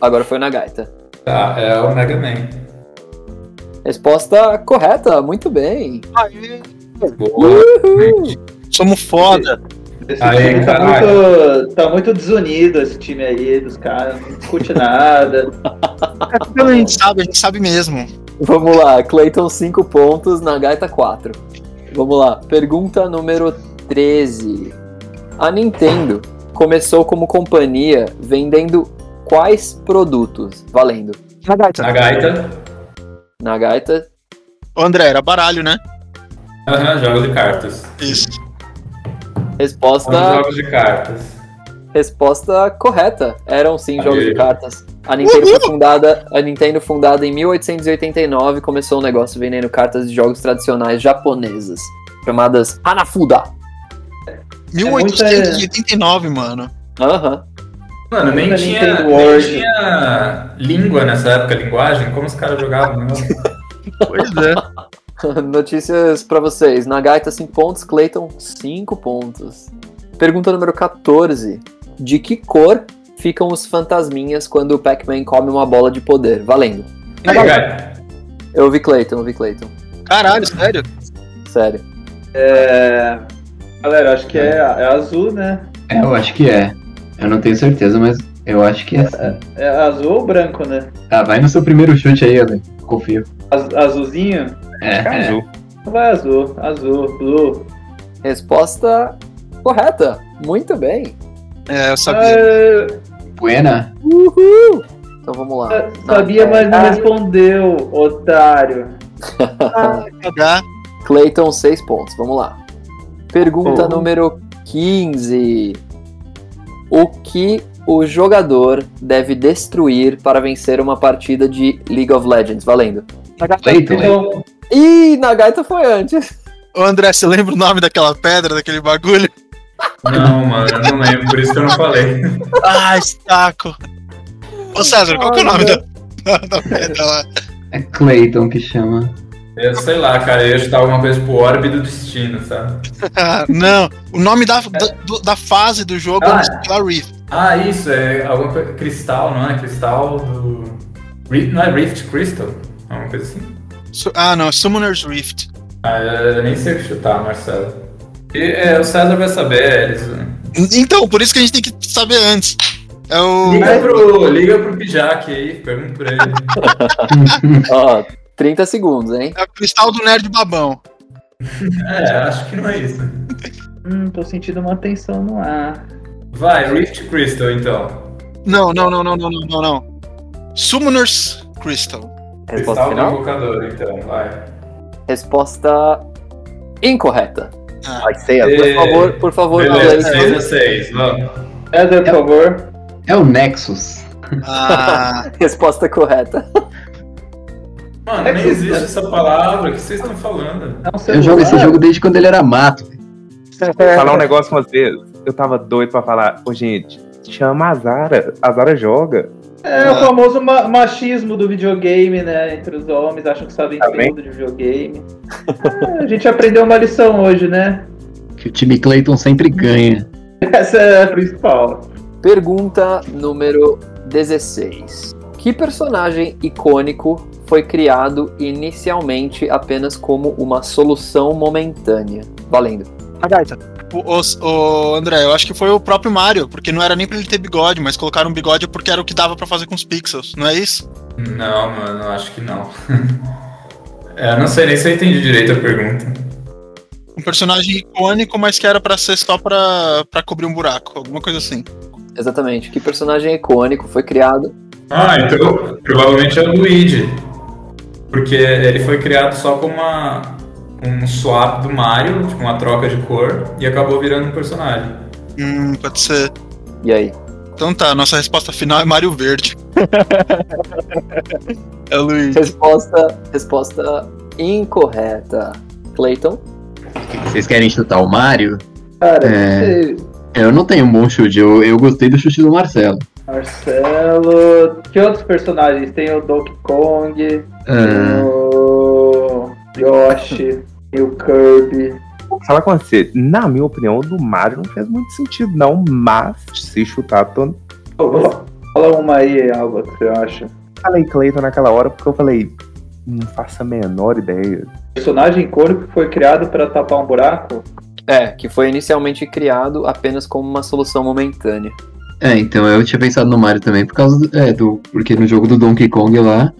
B: Agora foi na gaita.
E: Tá, é o Mega Man.
B: Resposta correta, muito bem.
A: Aê,
E: Boa.
A: Somos foda.
F: Esse
E: Aí,
F: time tá
E: caralho.
F: muito, tá muito desunido, esse time aí dos caras. Não discute nada.
A: Quando a gente sabe, a gente sabe mesmo.
B: Vamos lá, Clayton 5 pontos, na gaita 4. Vamos lá, pergunta número 13. A Nintendo começou como companhia vendendo quais produtos? Valendo.
G: Na gaita.
E: Na gaita.
B: Na gaita,
A: Ô, André, era baralho, né?
E: Aham, jogos de cartas.
A: Isso.
E: São
F: Tá.
B: resposta,
E: jogos de cartas.
B: resposta correta. Eram sim
E: Aê.
B: jogos de cartas. A Nintendo foi fundada, a Nintendo fundada em 1889 começou um negócio vendendo cartas de jogos tradicionais japonesas, chamadas Hanafuda.
A: É 1889, mano.
B: Aham.
E: Mano, nem
F: Nunca
E: tinha,
F: Nintendo
E: nem
F: World.
E: tinha língua nessa época, linguagem. Como os caras
F: (laughs)
E: jogavam? né?
A: Pois é.
B: (laughs) Notícias pra vocês. Nagaita 5 pontos, Clayton 5 pontos. Pergunta número 14. De que cor ficam os fantasminhas quando o Pac-Man come uma bola de poder? Valendo.
E: Na gaita.
B: Eu ouvi Clayton, eu ouvi Clayton.
A: Caralho, sério.
B: Sério.
F: É... Galera, acho que é, é azul, né?
D: é, eu acho que é. Eu não tenho certeza, mas eu acho que é. sim.
F: É azul ou branco, né?
D: Ah, vai no seu primeiro chute aí, Ale. Confio.
F: Az- azulzinho?
D: É, é.
G: Azul.
F: Vai azul, azul, blue.
B: Resposta correta. Muito bem.
A: É, eu sabia.
F: Ah,
D: Buena.
B: Uhul! Então vamos lá. Ah,
F: eu sabia, mas não respondeu, otário.
C: ah,
A: Cagar.
B: Clayton, 6 pontos. Vamos lá.
E: Uhum.
B: Pergunta número 15. O que o jogador deve destruir para vencer uma partida de League of Legends? Valendo.
D: Clayton.
F: Então,
B: Ih, Nagaita foi antes.
A: Ô, André, você lembra o nome daquela pedra, daquele (laughs) bagulho?
E: Não, mano, eu não lembro, por isso que eu não falei.
A: Ah, estaco. Ô, César, qual que é o nome
B: Olha.
A: da, da, (laughs) da pedra lá?
D: É Clayton que chama.
E: Eu sei lá, cara, eu ia chutar alguma coisa pro Orbe do Destino, sabe?
A: Ah, não. O nome da, da, do- da fase do jogo
E: Ah.
A: é Stellar Reef.
E: Ah, isso, é alguma coisa. Cristal, não é? Cristal do. Ri- Não é Rift Crystal? Alguma coisa assim?
A: Su- Ah, não. é Summoner's Rift.
E: Ah, eu nem sei o que chutar, Marcelo. E, é, o César vai saber, eles.
A: Então, por isso que a gente tem que saber antes. É o.
E: Liga pro, liga pro Pijac aí, pergunta
B: (laughs)
E: pra ele.
B: (laughs) Ó, 30 segundos, hein?
A: É o cristal do Nerd Babão.
E: É, acho que não é isso.
F: hum, tô sentindo uma tensão no ar.
E: Vai, Rift Crystal então.
A: Não, não, não, não, não, não, não, não. Summoner's Crystal.
B: Resposta
E: Cristal do
B: final?
E: invocador, então, vai.
B: Resposta incorreta.
A: Ah.
B: Vai ser.
E: Ê,
B: Por favor, por favor,
E: É. Beleza,
B: Clayton.
E: 6 a 6, vamos.
F: César, por favor.
D: É o Nexus.
A: Ah, (laughs)
B: Resposta (laughs) correta. É
E: Mano, nem existe essa palavra, o que vocês estão falando?
F: É um
D: Eu jogo esse jogo desde quando ele era mato.
B: É. Tá
G: Falar um negócio umas vezes. Eu tava doido pra falar, ô gente, chama a Zara. A Zara joga.
F: É o famoso ma- machismo do videogame, né? Entre os homens, acham que sabem
G: Tá bem?
F: tudo de videogame. Ah, a gente aprendeu uma lição hoje, né? (laughs)
D: Que o time Clayton sempre ganha.
F: Essa é a principal.
B: Pergunta número 16. Que personagem icônico foi criado inicialmente apenas como uma solução momentânea? Valendo.
G: Na gaita.
A: o, o- o André, eu acho que foi o próprio Mario, porque não era nem pra ele ter bigode, mas colocaram um bigode porque era o que dava pra fazer com os pixels, não é isso?
E: Não, mano, acho que não. (laughs) É, eu não sei nem se eu entendi direito a pergunta.
A: Um personagem icônico, mas que era pra ser só pra, pra cobrir um buraco, alguma coisa assim.
B: Exatamente. Que personagem icônico foi criado?
E: Ah, então provavelmente é o Luigi. Porque ele foi criado só como uma, como um swap do Mario, tipo uma troca de cor, e acabou virando um personagem.
A: Hum, pode ser.
B: E aí? (laughs)
A: Então tá, nossa resposta final é Mario Verde. é o Luiz.
B: Resposta, resposta incorreta. Clayton?
D: Vocês querem chutar o Mario?
F: Cara,
D: É.
F: não sei.
D: Eu não tenho um bom chute, eu, eu gostei do chute do Marcelo.
F: Marcelo. Que outros personagens? Tem o Donkey Kong, tem
D: Ah,
F: o Yoshi, tem o Kirby.
G: Vou falar com você. Na minha opinião, o do Mario não fez muito sentido, não. Mas, se chutar, tô...
F: Ô, fala- Fala uma aí, Alba, que você acha?
G: falei Clayton naquela hora porque eu falei. Não faço a menor ideia.
F: Personagem icônico que foi criado para tapar um buraco?
B: É, que foi inicialmente criado apenas como uma solução momentânea.
D: é, então eu tinha pensado no Mario também por causa do, é, do. Porque no jogo do Donkey Kong lá,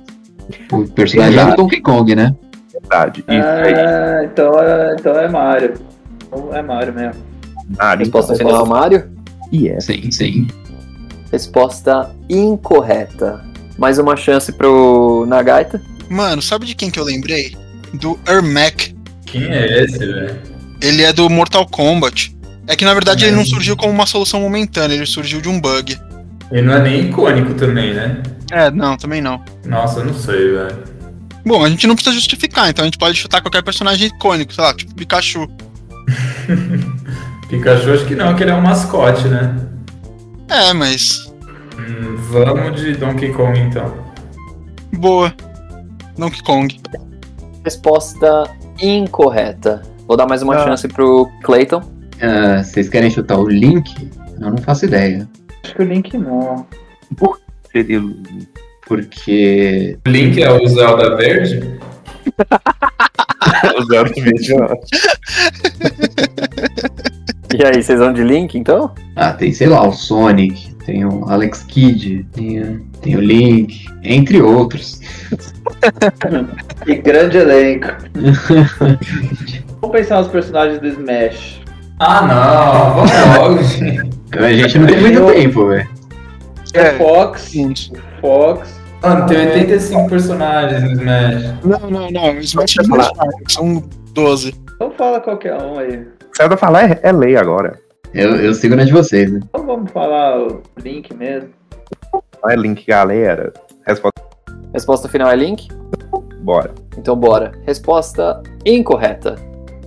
D: o personagem era o
G: Exato.
D: Donkey Kong, né?
G: Verdade. Isso aí,
F: Ah, então é, então é Mario. Então é Mario mesmo.
G: Mario.
B: Resposta
G: então,
B: final, Mario?
G: E é.
D: Sim, sim.
B: Resposta incorreta. Mais uma chance pro Nagaita.
A: Mano, sabe de quem que eu lembrei? Do Ermac.
E: Quem é esse, velho?
A: Ele é do Mortal Kombat. É que na verdade ele não surgiu como uma solução momentânea, ele surgiu de um bug.
E: Ele não é nem icônico também, né?
A: É, não, também não.
E: Nossa, eu não sei, velho.
A: Bom, a gente não precisa justificar, então a gente pode chutar qualquer personagem icônico, sei lá, tipo Pikachu.
E: Pikachu acho que não, que ele é um mascote, né?
A: É, mas.
E: Hum, vamos de Donkey Kong então.
A: Boa. Donkey Kong.
B: Resposta incorreta. Vou dar mais uma
G: Ah.
B: chance pro Clayton.
D: Ah, vocês querem chutar o Link? Eu não faço ideia.
F: Acho que o Link não.
G: Seria...
D: Porque.
E: O Link é o Zelda Verde?
G: o Zelda Verde, não.
B: E aí, vocês vão de Link, então?
D: Ah, tem, sei lá, o Sonic, tem o Alex Kidd, tem, o- tem o Link, entre outros.
F: E grande (laughs) elenco. Vou pensar nos personagens do Smash.
E: Ah não, vamos logo, (laughs) gente.
D: A gente não tem muito tempo, velho.
A: É.
F: O Fox.
A: Juntos.
F: O Fox.
E: Mano, Ah, tem 85 personagens no Smash.
A: Não, não, não. Smash não é Smash, São 12.
F: Então fala qualquer um aí.
G: Zelda falar é, é lei agora.
D: Eu, eu sigo na de vocês, né?
F: Então vamos falar o Link mesmo.
G: Não é Link, galera. Resposta,
B: Resposta final é Link?
G: bora.
B: Então bora. Resposta incorreta.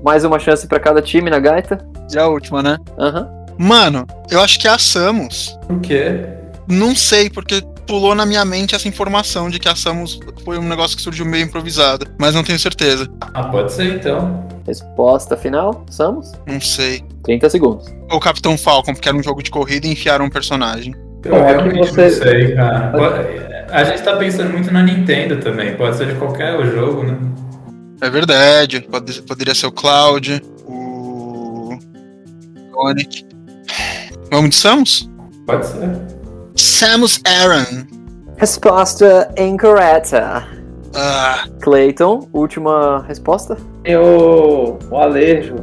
B: Mais uma chance pra cada time na gaita.
A: E a última, né?
B: Aham.
A: Mano, eu acho que é a Samus.
E: Por quê?
A: Não sei, porque pulou na minha mente essa informação de que a Samus foi um negócio que surgiu meio improvisado. Mas não tenho certeza.
E: Ah, pode ser então.
B: Resposta final, Samus?
A: Não sei.
B: 30 segundos.
A: Ou Capitão Falcon, porque era um jogo de corrida e enfiaram um personagem.
E: Eu
F: Bom, é que
E: realmente
F: você-
E: não sei, cara. Pode- A gente tá pensando muito na Nintendo também, pode ser de qualquer jogo, né?
A: É verdade. pode- poderia ser o Cloud, o. Sonic. Vamos de Samus?
E: Pode ser.
A: Samus Aran.
B: Resposta incorreta.
A: Ah,
B: Clayton, última resposta?
F: Tem o, o Alejo.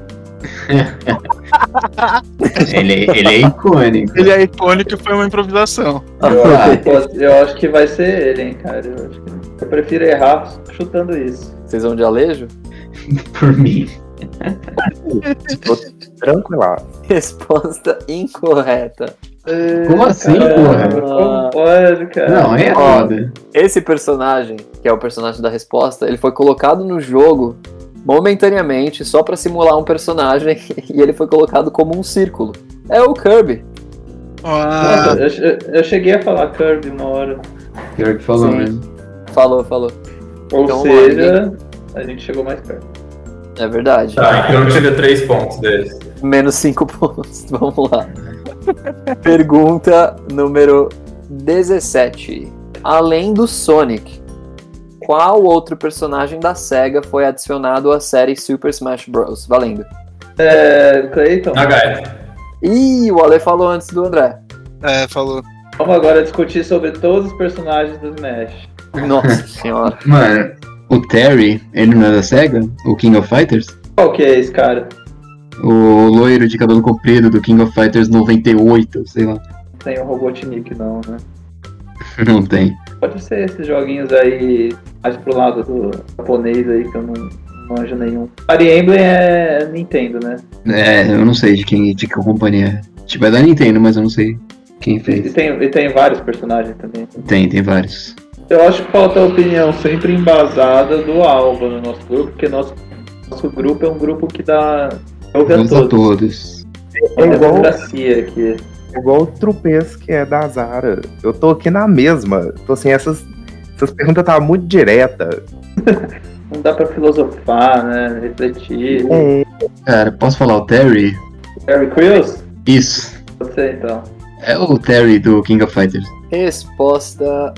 D: Ele, ele é icônico.
A: ele é icônico e foi uma improvisação.
F: Eu,
D: Ah. (laughs)
F: acho que pode- eu acho que vai ser ele, hein, cara. Eu, acho que- eu prefiro errar chutando isso.
B: Vocês vão de Alejo?
D: Por mim.
G: Tranquila.
B: Resposta incorreta.
D: Como assim,
F: Caramba,
D: porra?
F: Como pode, cara?
D: Não, é foda.
B: Esse personagem, que é o personagem da resposta, ele foi colocado no jogo momentaneamente só pra simular um personagem (laughs) e ele foi colocado como um círculo. É o Kirby.
A: Ah,
F: Nossa, eu, che- eu cheguei a falar Kirby uma hora.
D: Pior que falou
B: Sim.
D: mesmo.
B: Falou, falou.
F: Ou
B: Então,
F: seja, a gente chegou mais perto.
B: É verdade.
E: Tá, então tira três pontos deles.
B: Menos 5 (laughs) pontos. Vamos lá. Pergunta número 17. Além do Sonic, qual outro personagem da SEGA foi adicionado à série Super Smash Bros? Valendo.
F: É, Clayton,
E: Na gaita.
B: Ih, o Ale falou antes do André.
A: é, falou.
F: vamos agora discutir sobre todos os personagens do Smash.
B: Nossa senhora.
D: Mano, o Terry, ele não é da SEGA? O King of Fighters?
F: Qual que é esse cara?
D: O loiro de cabelo comprido do King of Fighters 98, sei lá.
F: Tem o Robotnik não, né?
D: Não tem.
F: Pode ser esses joguinhos aí mais pro lado do japonês aí que eu não Anjo nenhum. Fire Emblem é Nintendo, né?
D: É, eu não sei de quem, de que companhia. Tipo, é da Nintendo, mas eu não sei quem
F: E
D: fez.
F: tem, e tem vários personagens também.
D: Tem, tem vários.
F: Eu acho que falta a opinião sempre embasada do Alba no nosso grupo, porque nosso, nosso grupo é um grupo que dá. ouve a
D: Vamos a
F: todos.
D: todos.
F: É
G: É
F: uma
G: igual,
F: democracia aqui.
G: igual o trupês que é da Zara. Eu tô aqui na mesma. Tô assim, essas, essas perguntas tá muito direta.
F: Não dá pra filosofar, né? Refletir.
G: É.
D: Cara, posso falar o Terry?
F: Harry Crews?
D: Isso.
F: Você então.
D: É o Terry do King of Fighters.
B: Resposta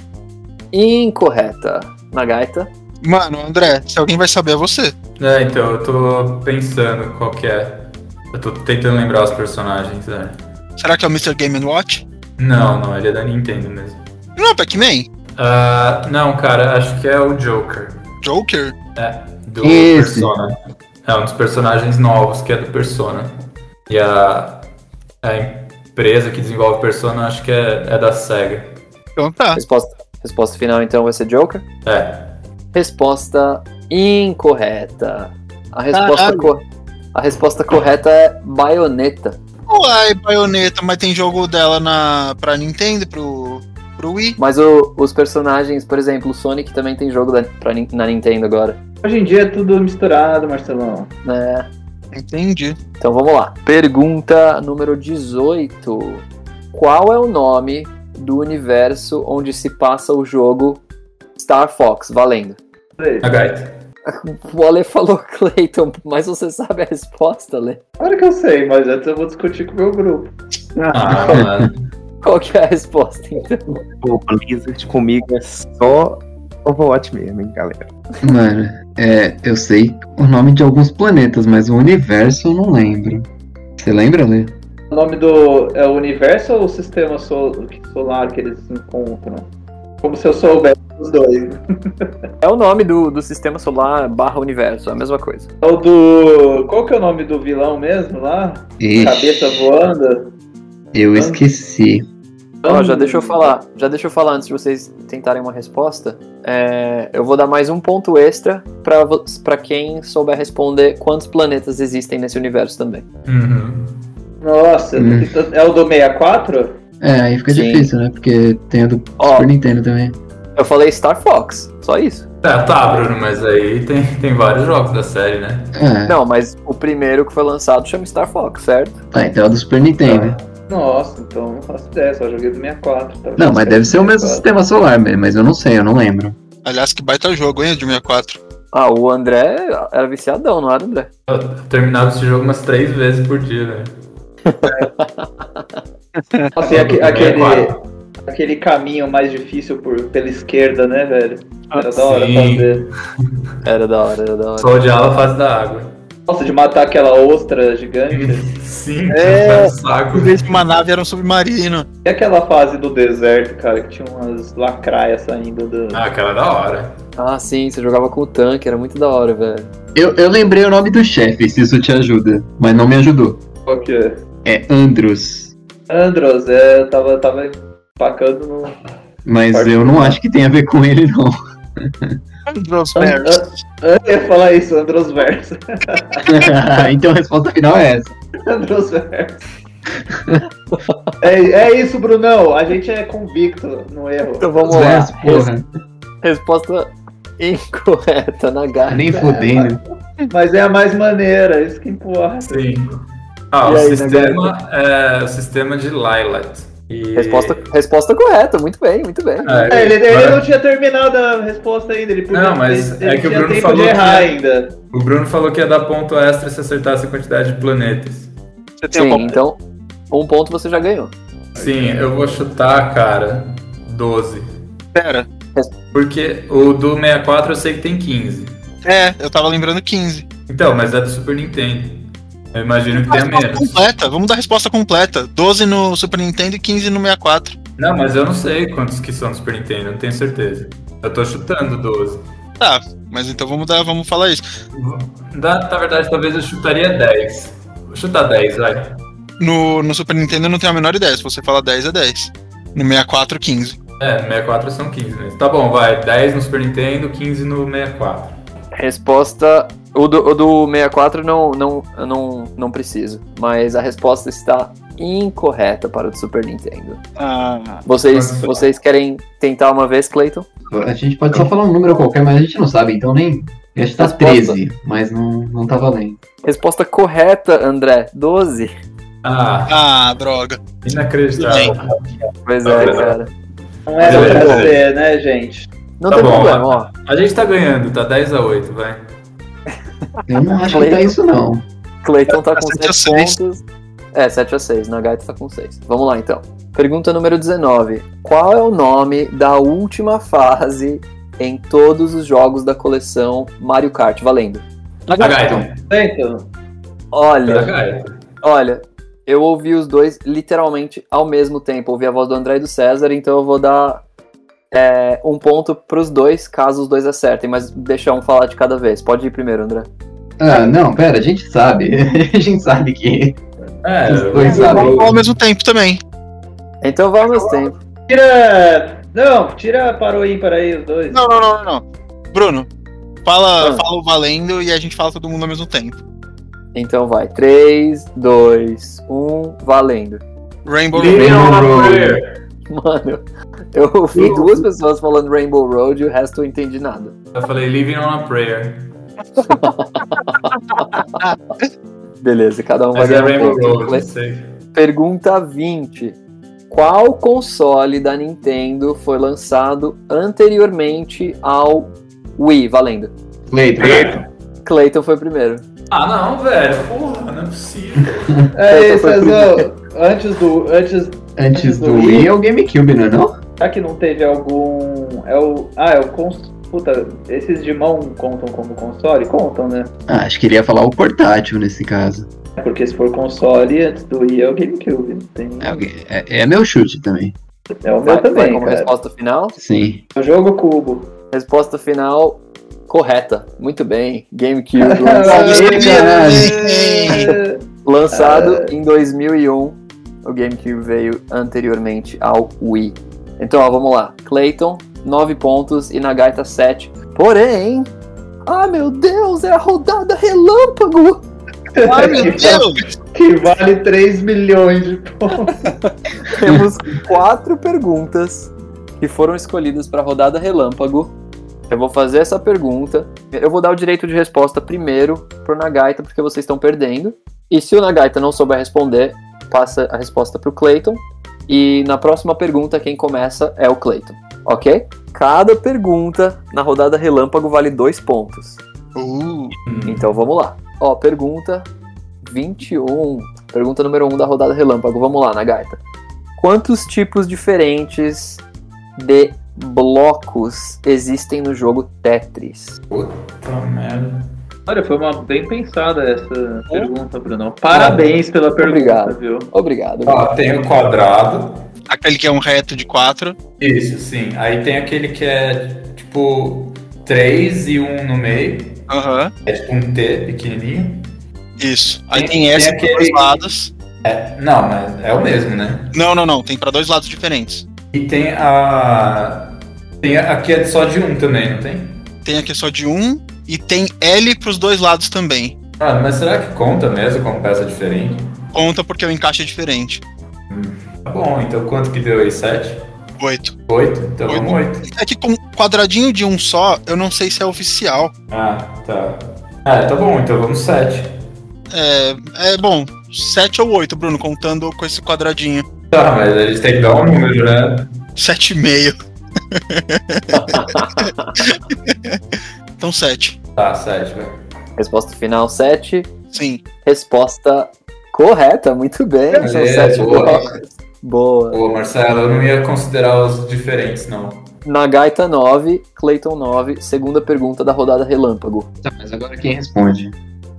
B: incorreta. Na gaita.
A: Mano, André, se alguém vai saber é você.
E: É, então, eu tô pensando qual que é. Eu tô tentando lembrar os personagens, né?
A: Será que é o Mr. Game Watch?
E: Não, não, ele é da Nintendo mesmo.
A: Não, é o Pac-Man?
E: Ah, não, cara, acho que é o Joker.
A: Joker?
E: É. Do
D: Esse.
E: Persona. É um dos personagens novos que é do Persona. E a, a empresa que desenvolve Persona acho que é, é da SEGA.
A: Então tá.
B: Resposta, resposta final então vai ser Joker.
E: É.
B: Resposta incorreta. A resposta,
A: Caralho.
B: co- a resposta correta é baioneta.
A: Uai, Bayonetta, é mas tem jogo dela na, pra Nintendo, pro, pro Wii.
B: Mas o- os personagens, por exemplo, o Sonic também tem jogo da, pra Nin- na Nintendo agora.
F: Hoje em dia é tudo misturado, Marcelão.
B: né?
A: Entendi.
B: Então vamos lá. Pergunta número 18. Qual é o nome do universo onde se passa o jogo Star Fox? Valendo.
F: Peraí.
E: A Gaita.
B: O Ale falou (laughs) Clayton, mas você sabe a resposta, Ale?
F: Claro que eu sei, mas antes eu vou discutir com o meu grupo.
E: Ah, mano.
B: Qual que é a resposta, então?
G: Tipo, O Blizzard comigo é só Overwatch mesmo, hein, galera.
D: Mano, é, eu sei o nome de alguns planetas, mas o universo eu não lembro. Você lembra, né? Lê?
F: O nome do. É o universo ou o sistema sol- solar que eles encontram? Como se eu soubesse os dois.
B: É o nome do, do sistema solar barra universo, é a mesma coisa.
F: É o do. Qual que é o nome do vilão mesmo lá?
D: Ixi,
F: Cabeça voando?
D: eu esqueci.
B: Ó, já deixa eu falar. Já deixa eu falar antes de vocês tentarem uma resposta. É, eu vou dar mais um ponto extra pra vo- pra quem souber responder quantos planetas existem nesse universo também.
E: Uhum.
F: Nossa,
D: Hum.
F: é o do 64?
D: É, aí fica
B: Sim.
D: difícil, né? Porque tem a do
B: Ó.
D: Super Nintendo também.
B: Eu falei Star Fox, só isso.
E: É, tá, Bruno, mas aí tem, tem vários jogos da série, né?
D: É,
B: Não, mas o primeiro que foi lançado chama Star Fox, certo?
D: tá, então é a do Super Nintendo.
F: Nossa, então não faço ideia, só joguei do 64. tá?
D: Não, mas deve ser o mesmo sistema solar, mas eu não sei, eu não lembro.
A: Aliás, que baita jogo, hein, o de 64.
B: Ah, o André era viciadão, não era, André?
E: Eu terminava esse jogo umas três vezes por dia, né? velho.
F: Nossa, e aque-
E: Do
F: aquele,
E: 64.
F: aquele caminho mais difícil por, pela esquerda, né, velho? Era da hora
E: Ah, Sim.
F: fazer.
B: Era da hora, era da hora.
E: Só odiava a fase da água.
F: Nossa, de matar aquela ostra
E: Uhum.
F: gigante.
E: Sim,
A: É.
E: era um saco.
A: Em vez de uma nave, era um submarino.
F: E aquela fase do deserto, cara, que tinha umas lacraias saindo do.
E: Ah, aquela da hora.
B: Ah, sim, você jogava com o tanque, era muito da hora, velho.
D: Eu, eu lembrei o nome do chefe, se isso te ajuda, mas não me ajudou.
F: Qual que é?
D: É Andros,
F: Andros, é, eu tava, tava empacando no.
D: mas
F: Pode
D: eu não acho que tem a ver com ele, não. (laughs)
A: Andros Bears.
F: Eu ia falar isso, Andros (laughs) Verso.
D: então a resposta final é essa.
F: Andros Verso. É, é isso, Brunão. A gente é convicto no erro.
B: Então vamos lá.
D: Verso, porra,
B: É. Resposta incorreta na
D: tá
B: Gaia.
D: nem fudendo.
F: Mas é a mais maneira, isso que importa.
E: Sim. Ah,
B: E
E: o
B: aí, né,
E: sistema é o sistema de Lilat. E...
B: Resposta, resposta correta, muito bem, muito bem.
E: É. Ah,
F: É, ele, ele
E: agora-
F: não tinha terminado a resposta ainda. Ele podia,
E: Não, mas
F: ele, ele
E: é que o
F: tinha
E: Bruno
F: tempo
E: falou
F: de
E: que
F: errar
E: é-
F: ainda.
E: O Bruno falou que ia dar ponto extra se acertasse a quantidade de planetas.
A: Você tem
B: Sim,
A: um
B: então um ponto você já ganhou.
E: Sim, eu vou chutar, cara, 12.
A: Pera.
E: Porque o do 64 eu sei que tem 15.
A: É, eu tava lembrando 15.
E: Então, mas é do Super Nintendo. Eu imagino que tenha
A: Resposta
E: menos.
A: completa, vamos dar a resposta completa. 12 no Super Nintendo e 15 no 64.
E: Não, mas eu não sei quantos que são do Super Nintendo, eu não tenho certeza. Eu tô chutando 12.
A: Mas então vamos dar, vamos falar isso.
E: Na, na verdade, talvez eu chutaria 10. Vou chutar 10, vai.
A: No, no Super Nintendo eu não tenho a menor ideia. Se você fala 10 é 10. No 64, 15.
E: É, no 64 são 15 mesmo. Tá bom, vai. 10 no Super Nintendo, 15 no 64.
B: Resposta. O do, o do 64 não, não, eu não, não preciso. Mas a resposta está incorreta para o do Super Nintendo.
A: Ah,
B: Vocês, vocês querem tentar uma vez, Clayton?
D: A gente pode só falar um número qualquer, mas a gente não sabe, então nem. Eu acho que tá
B: Resposta.
D: 13, mas não, não tá valendo.
B: Resposta correta, André. 12.
E: Ah,
A: ah, droga.
E: inacreditável.
B: Pois
E: Tá
B: é,
E: vendo?
B: cara.
F: Não era
E: Beleza.
F: pra ser, né, gente?
B: Não
E: Tá
B: tem
E: bom,
B: problema,
E: ó.
B: ó.
E: A gente tá ganhando, tá 10 a 8, vai.
D: Eu não acho que
B: Falei.
D: tá isso, não.
B: Cleiton tá
A: Tá
B: com
A: sete a
B: 7
A: seis.
B: pontos. É, 7 a 6. Nagaito tá com 6. Vamos lá, então. Pergunta número 19. Qual é o nome da última fase em todos os jogos da coleção Mario Kart? Valendo.
E: Gaita.
F: Então,
E: Tá
B: Olha,
E: Gaita.
B: olha. Eu ouvi os dois literalmente ao mesmo tempo. Ouvi a voz do André e do César, então eu vou dar é, um ponto pros dois, caso os dois acertem. Mas deixar um falar de cada vez. Pode ir primeiro, André.
D: Ah, não, pera, a gente sabe. (laughs) A gente sabe que.
E: É,
D: Os dois sabem.
A: Ao mesmo tempo também.
B: Então vai ao mesmo tempo.
F: tira. Não, tira parou aí para aí os dois.
A: Não, não, não, não. Bruno, fala,
B: Ah.
A: fala o valendo e a gente fala todo mundo ao mesmo tempo.
B: Então vai. 3, 2, 1, valendo.
A: Rainbow Road.
E: Leon
D: Road.
E: Road.
B: (laughs) Mano, eu ouvi duas pessoas falando Rainbow Road e o resto eu não entendi nada.
E: Eu falei Living on a Prayer.
B: Beleza, cada um vai
E: Mas é
B: ganhar um
E: Rainbow
B: ponto.
E: Road, não sei.
B: Pergunta 20. Qual console da Nintendo foi lançado anteriormente ao Wii? Valendo.
D: Leito,
B: Clayton foi primeiro.
E: Ah, não, velho. Porra, não é possível.
F: É,
B: Essa foi a
F: Cezão, antes do. Antes.
D: antes do Wii é o GameCube, não é não?
F: Será que não teve algum. É o. Ah, é o cons. Puta, esses de mão contam como console? Contam, né?
D: Ah, acho que ele ia falar o portátil nesse caso.
F: Porque se for console, antes do Wii é o GameCube. não Tem...
D: É, o ga- é- é meu chute também.
F: É o meu
B: Vai, vai
F: também,
B: como
F: cara.
B: resposta final?
D: Sim.
F: O jogo cubo.
B: Resposta final correta. Muito bem.
F: (laughs)
B: GameCube lançado-
A: Eu sabia, né?
F: É.
B: Lançado em 2001, o GameCube veio anteriormente ao Wii. Então, ó, vamos lá. Clayton, 9 pontos e Nagaita, 7. Porém... Ah, meu Deus, é a rodada relâmpago!
A: Ai, meu Deus!
F: que vale 3 milhões de pontos.
B: Temos quatro perguntas que foram escolhidas para a rodada relâmpago. Eu vou fazer essa pergunta. Eu vou dar o direito de resposta primeiro pro Nagaita, porque vocês estão perdendo. E se o Nagaita não souber responder, passa a resposta pro Clayton. E na próxima pergunta, quem começa é o Clayton, ok? Cada pergunta na rodada relâmpago vale dois pontos.
A: Uh,
B: Então vamos lá. Ó, pergunta 21. Pergunta número 1 da rodada relâmpago. Vamos lá, Nagaita. Quantos tipos diferentes de blocos existem no jogo Tetris?
E: Puta merda.
F: (laughs) Olha, foi uma bem pensada essa pergunta, Bruno. Parabéns pela pergunta,
B: Obrigado.
F: viu?
B: Obrigado.
E: Ó, tem o quadrado.
A: aquele que é um reto de quatro.
E: Isso, sim. Aí tem aquele que é tipo 3 e 1 no meio.
A: Aham.
E: É tipo um T pequenininho.
A: Isso. Aí
E: Tem-
A: tem, essa
E: tem
A: pra dois
E: aquele-
A: lados.
E: Não, mas é o mesmo, né?
A: Não, não, não. Tem pra dois lados diferentes.
E: E tem a. Tem a, aqui é só de 1 também, não tem?
A: Tem aqui só de um e tem L pros dois lados também.
E: Ah, mas será que conta mesmo como peça diferente?
A: Conta porque o encaixe é diferente.
E: Tá bom, então quanto que deu aí? 7?
A: Oito.
E: 8? Então vamos 8.
A: É que com quadradinho de um só, eu não sei se é oficial.
E: Ah, tá. Ah, tá bom, então vamos 7.
A: É, é bom, sete ou oito, Bruno, contando com esse quadradinho.
E: Tá, mas a gente tem que dar um número, né?
A: Sete e meio. então sete.
E: Tá, 7, velho.
B: Resposta final 7.
A: Sim.
B: Resposta correta. Muito bem. São
E: Beleza,
B: 7
E: É, boa.
B: blocos. Boa.
E: Ô, Marcelo, eu não ia considerar os diferentes, não.
B: Nagaita 9, Clayton 9. Segunda pergunta da rodada relâmpago.
D: Tá, mas agora quem responde?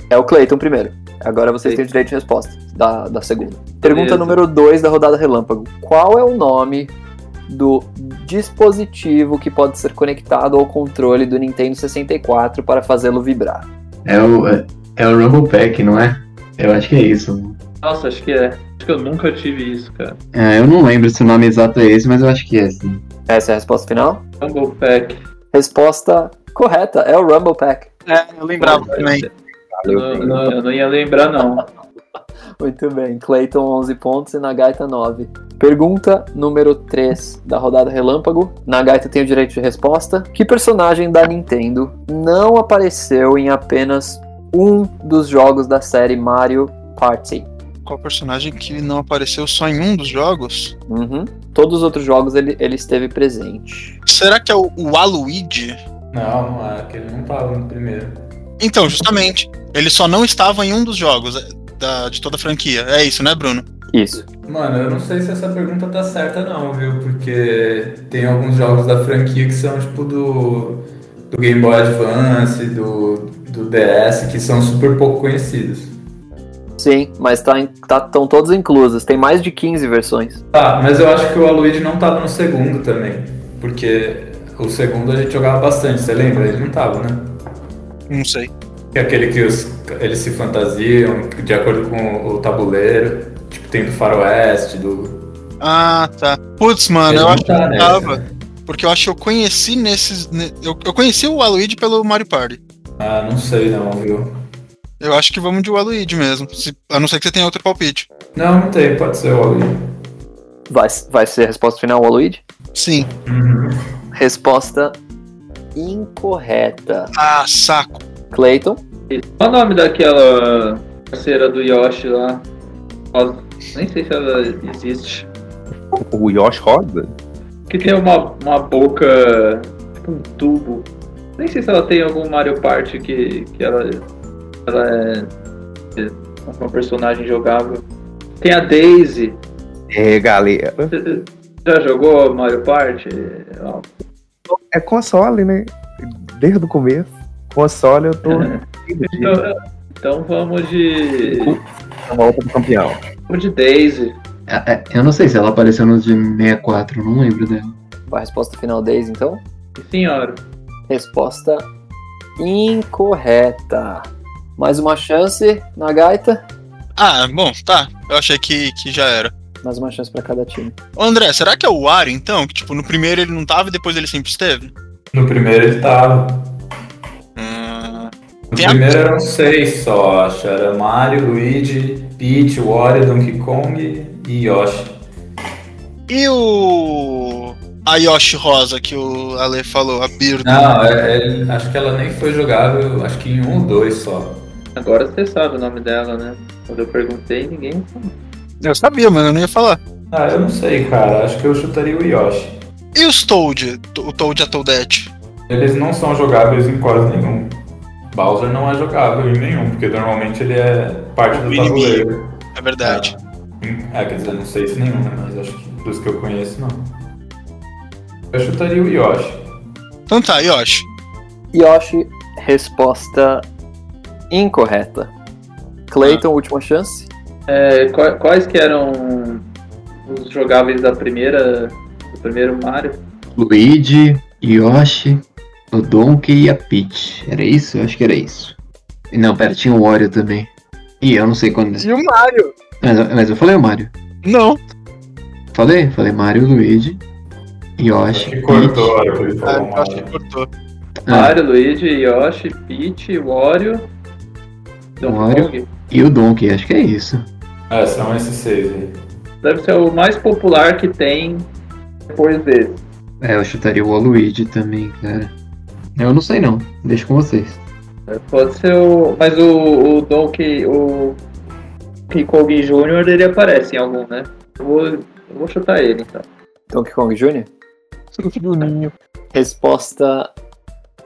B: É o Clayton primeiro. Agora vocês têm o direito de resposta da, da segunda. Pergunta número 2 da rodada relâmpago. Qual é o nome do dispositivo que pode ser conectado ao controle do Nintendo 64 para fazê-lo vibrar?
D: É o, é, é o Rumble Pack, não é? Eu acho que é isso.
F: Nossa, acho que é. Acho que eu nunca tive isso, cara.
D: É, eu não lembro se o nome exato é esse, mas eu acho que é sim.
B: Essa é a resposta final?
F: Rumble Pack.
B: Resposta correta, é o Rumble Pack.
G: É, eu lembrava também.
A: né,
F: Não, não, eu não ia lembrar, não.
B: Muito bem. Clayton, 11 pontos e Nagaita, 9. Pergunta número 3 da rodada Relâmpago. Nagaita tem o direito de resposta. Que personagem da Nintendo não apareceu em apenas um dos jogos da série Mario Party?
A: Qual personagem que não apareceu só em um dos jogos?
B: Uhum. Todos os outros jogos ele, ele esteve presente.
A: Será que é o, o Aluigi?
E: Não, não é, que ele não tava no primeiro.
A: Então, justamente. Ele só não estava em um dos jogos é, da- de toda a franquia. É isso, né, Bruno?
B: Isso.
E: Mano, eu não sei se essa pergunta tá certa não, viu? Porque tem alguns jogos da franquia que são tipo do, do Game Boy Advance, do, do DS, que são super pouco conhecidos.
B: Sim, mas tá, em- tá, estão todos inclusos. Tem mais de 15 versões.
E: Tá, mas eu acho que o Aluigi não tava no segundo também. Porque o segundo a gente jogava bastante, você lembra? Ele não tava, né?
A: Não sei.
E: Que é aquele que os- eles se fantasiam de acordo com o tabuleiro. Tipo, tem do Faroeste, do.
A: Ah, tá. Putz, mano,
E: Ele
A: eu
E: não
A: acho que
E: tá
A: não
E: nessa,
A: tava.
E: né?
A: Porque eu acho que eu conheci nesses. ne- Eu, eu conheci o Aluigi pelo Mario Party.
E: Ah, não sei não, viu?
A: Eu acho que vamos de o Aluigi mesmo. se- a não ser que você tenha outro palpite.
E: Não, não tem, pode ser o Aluigi.
B: Vai, vai ser a resposta final, Aloyd?
A: Sim.
E: Uhum.
B: Resposta incorreta.
A: Ah, saco.
B: Clayton,
F: Qual o nome daquela parceira do Yoshi lá? Ó, Nem sei se ela existe.
G: O Yoshi Rosa?
F: Que tem uma, uma boca. Tipo um tubo. Nem sei se ela tem algum Mario Party que, que ela. Ela é. é Uma personagem jogável. Tem a Daisy.
G: É, galera.
F: Você Já jogou Mario Party? Ó,
G: É console, né? Desde o começo. Console eu tô.
D: É.
F: Então, então vamos de.
G: É uma outra do campeão.
F: Vamos de Daisy.
D: É, é, Eu não sei se ela apareceu nos de 64, não lembro dela.
B: a resposta final deles, então?
F: Senhora.
B: Resposta incorreta. Mais uma chance na gaita.
A: Ah, bom, tá. Eu achei que, que já era.
B: Mais uma chance pra cada time.
A: Ô, André, será que é o Wario, então? Que, tipo, no primeiro ele não tava e depois ele sempre esteve?
E: No primeiro ele tava.
A: Hum,
E: No
A: Tem a-
E: primeiro eram seis só, acho. Era Mario, Luigi, Peach, Wario, Donkey Kong e Yoshi.
A: E o. A Yoshi Rosa que o Ale falou, a Birdo.
E: Não, é- é- acho que ela nem foi jogável, acho que em um ou dois só.
F: Agora você sabe o nome dela, né? Quando eu perguntei, ninguém.
A: Eu sabia, mas eu não ia falar.
E: Ah, eu não sei, cara. Acho que eu chutaria o Yoshi.
A: E os Toad? O Toad e a Toadette?
E: Eles não são jogáveis em quase nenhum. Bowser não é jogável em nenhum, porque normalmente ele é parte do
A: Inimigo.
E: tabuleiro.
A: É verdade.
B: Ah.
E: É, quer dizer, não sei se nenhum, né? Mas acho que dos que eu conheço, não. Eu chutaria o Yoshi.
A: Então tá, Yoshi.
B: Yoshi, resposta incorreta. Clayton, última chance.
F: É, qua- quais que eram os jogáveis da primeira. do primeiro Mario?
D: Luigi, Yoshi, o Donkey e a Peach. Era isso? Eu acho que era isso. E Não, pera, tinha o Wario também. E eu não sei quando.
A: E o Mario?
D: Mas, mas eu falei o Mario.
A: Não.
D: Falei? Falei Mario, Luigi, Yoshi,
E: Acho que
D: Peach.
E: cortou a hora que ele
A: Ah,
E: falou
A: eu acho
E: Mario.
A: que cortou.
D: Ah,
F: Mario, Luigi, Yoshi, Peach, Wario.
D: Wario.
F: Donkey Kong.
D: e o Donkey, acho que é isso.
E: É, são esses seis né? aí.
F: Deve ser o mais popular que tem depois desse.
D: É, eu chutaria o Luigi também, cara. Eu não sei não. Deixa com vocês.
F: Pode ser o. Mas o, o Donkey. o. Donkey Kong Jr. ele aparece em algum, né? Eu vou, eu vou chutar ele então.
B: Donkey Kong Jr. Resposta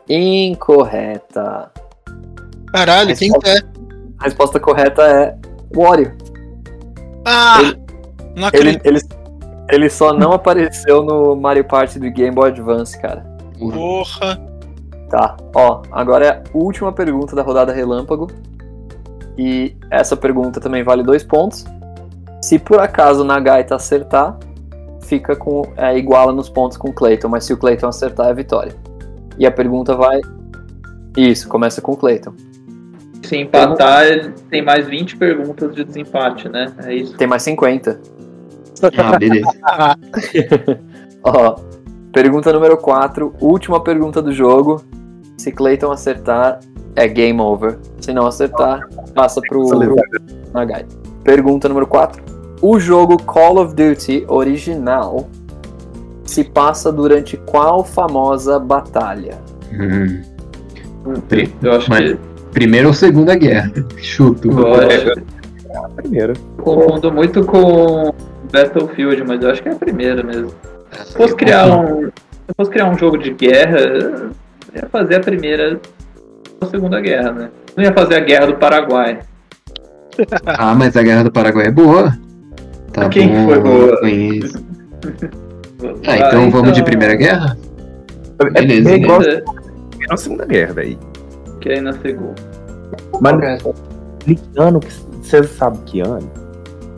B: incorreta.
A: Caralho,
B: Mas
A: quem
B: pode-
A: é?
B: A resposta correta é Wario.
A: Ah! Não
B: Ele,
A: acredito.
B: ele, ele só não apareceu no Mario Party do Game Boy Advance, cara.
A: Porra.
B: Tá, ó, agora é a última pergunta da rodada relâmpago. E essa pergunta também vale dois pontos. Se por acaso Nagaita acertar, fica com. É, iguala nos pontos com o Clayton, mas se o Clayton acertar, é vitória. E a pergunta vai. Isso, começa com o Clayton.
F: Se empatar, ele tem mais 20 perguntas de desempate, né? É isso.
B: Tem mais 50.
D: Ah, beleza.
B: Ó, pergunta número 4, última pergunta do jogo. Se Clayton acertar, é game over. Se não acertar, passa pro Nagai. Pergunta número 4. O jogo Call of Duty original se passa durante qual famosa batalha?
D: Hum. Pri-
F: Eu acho
D: Mas-
F: que
D: Primeira ou segunda guerra? Chuto.
F: eu acho-
G: A primeira.
F: eu confundo muito com Battlefield, mas eu acho que é a primeira mesmo. Se fosse criar um, se fosse criar um jogo de guerra, eu ia fazer a primeira ou a segunda guerra, né? Não ia fazer a guerra do Paraguai.
D: Ah, mas a guerra do Paraguai é boa. Tá
F: Quem
D: bom,
F: foi boa?
D: conheço. Ah, então vamos de primeira guerra? Beleza, né?
G: é igual
F: guerra.
G: a segunda guerra, velho.
F: Que aí na segunda.
G: Mano, que ano que você sabe que ano?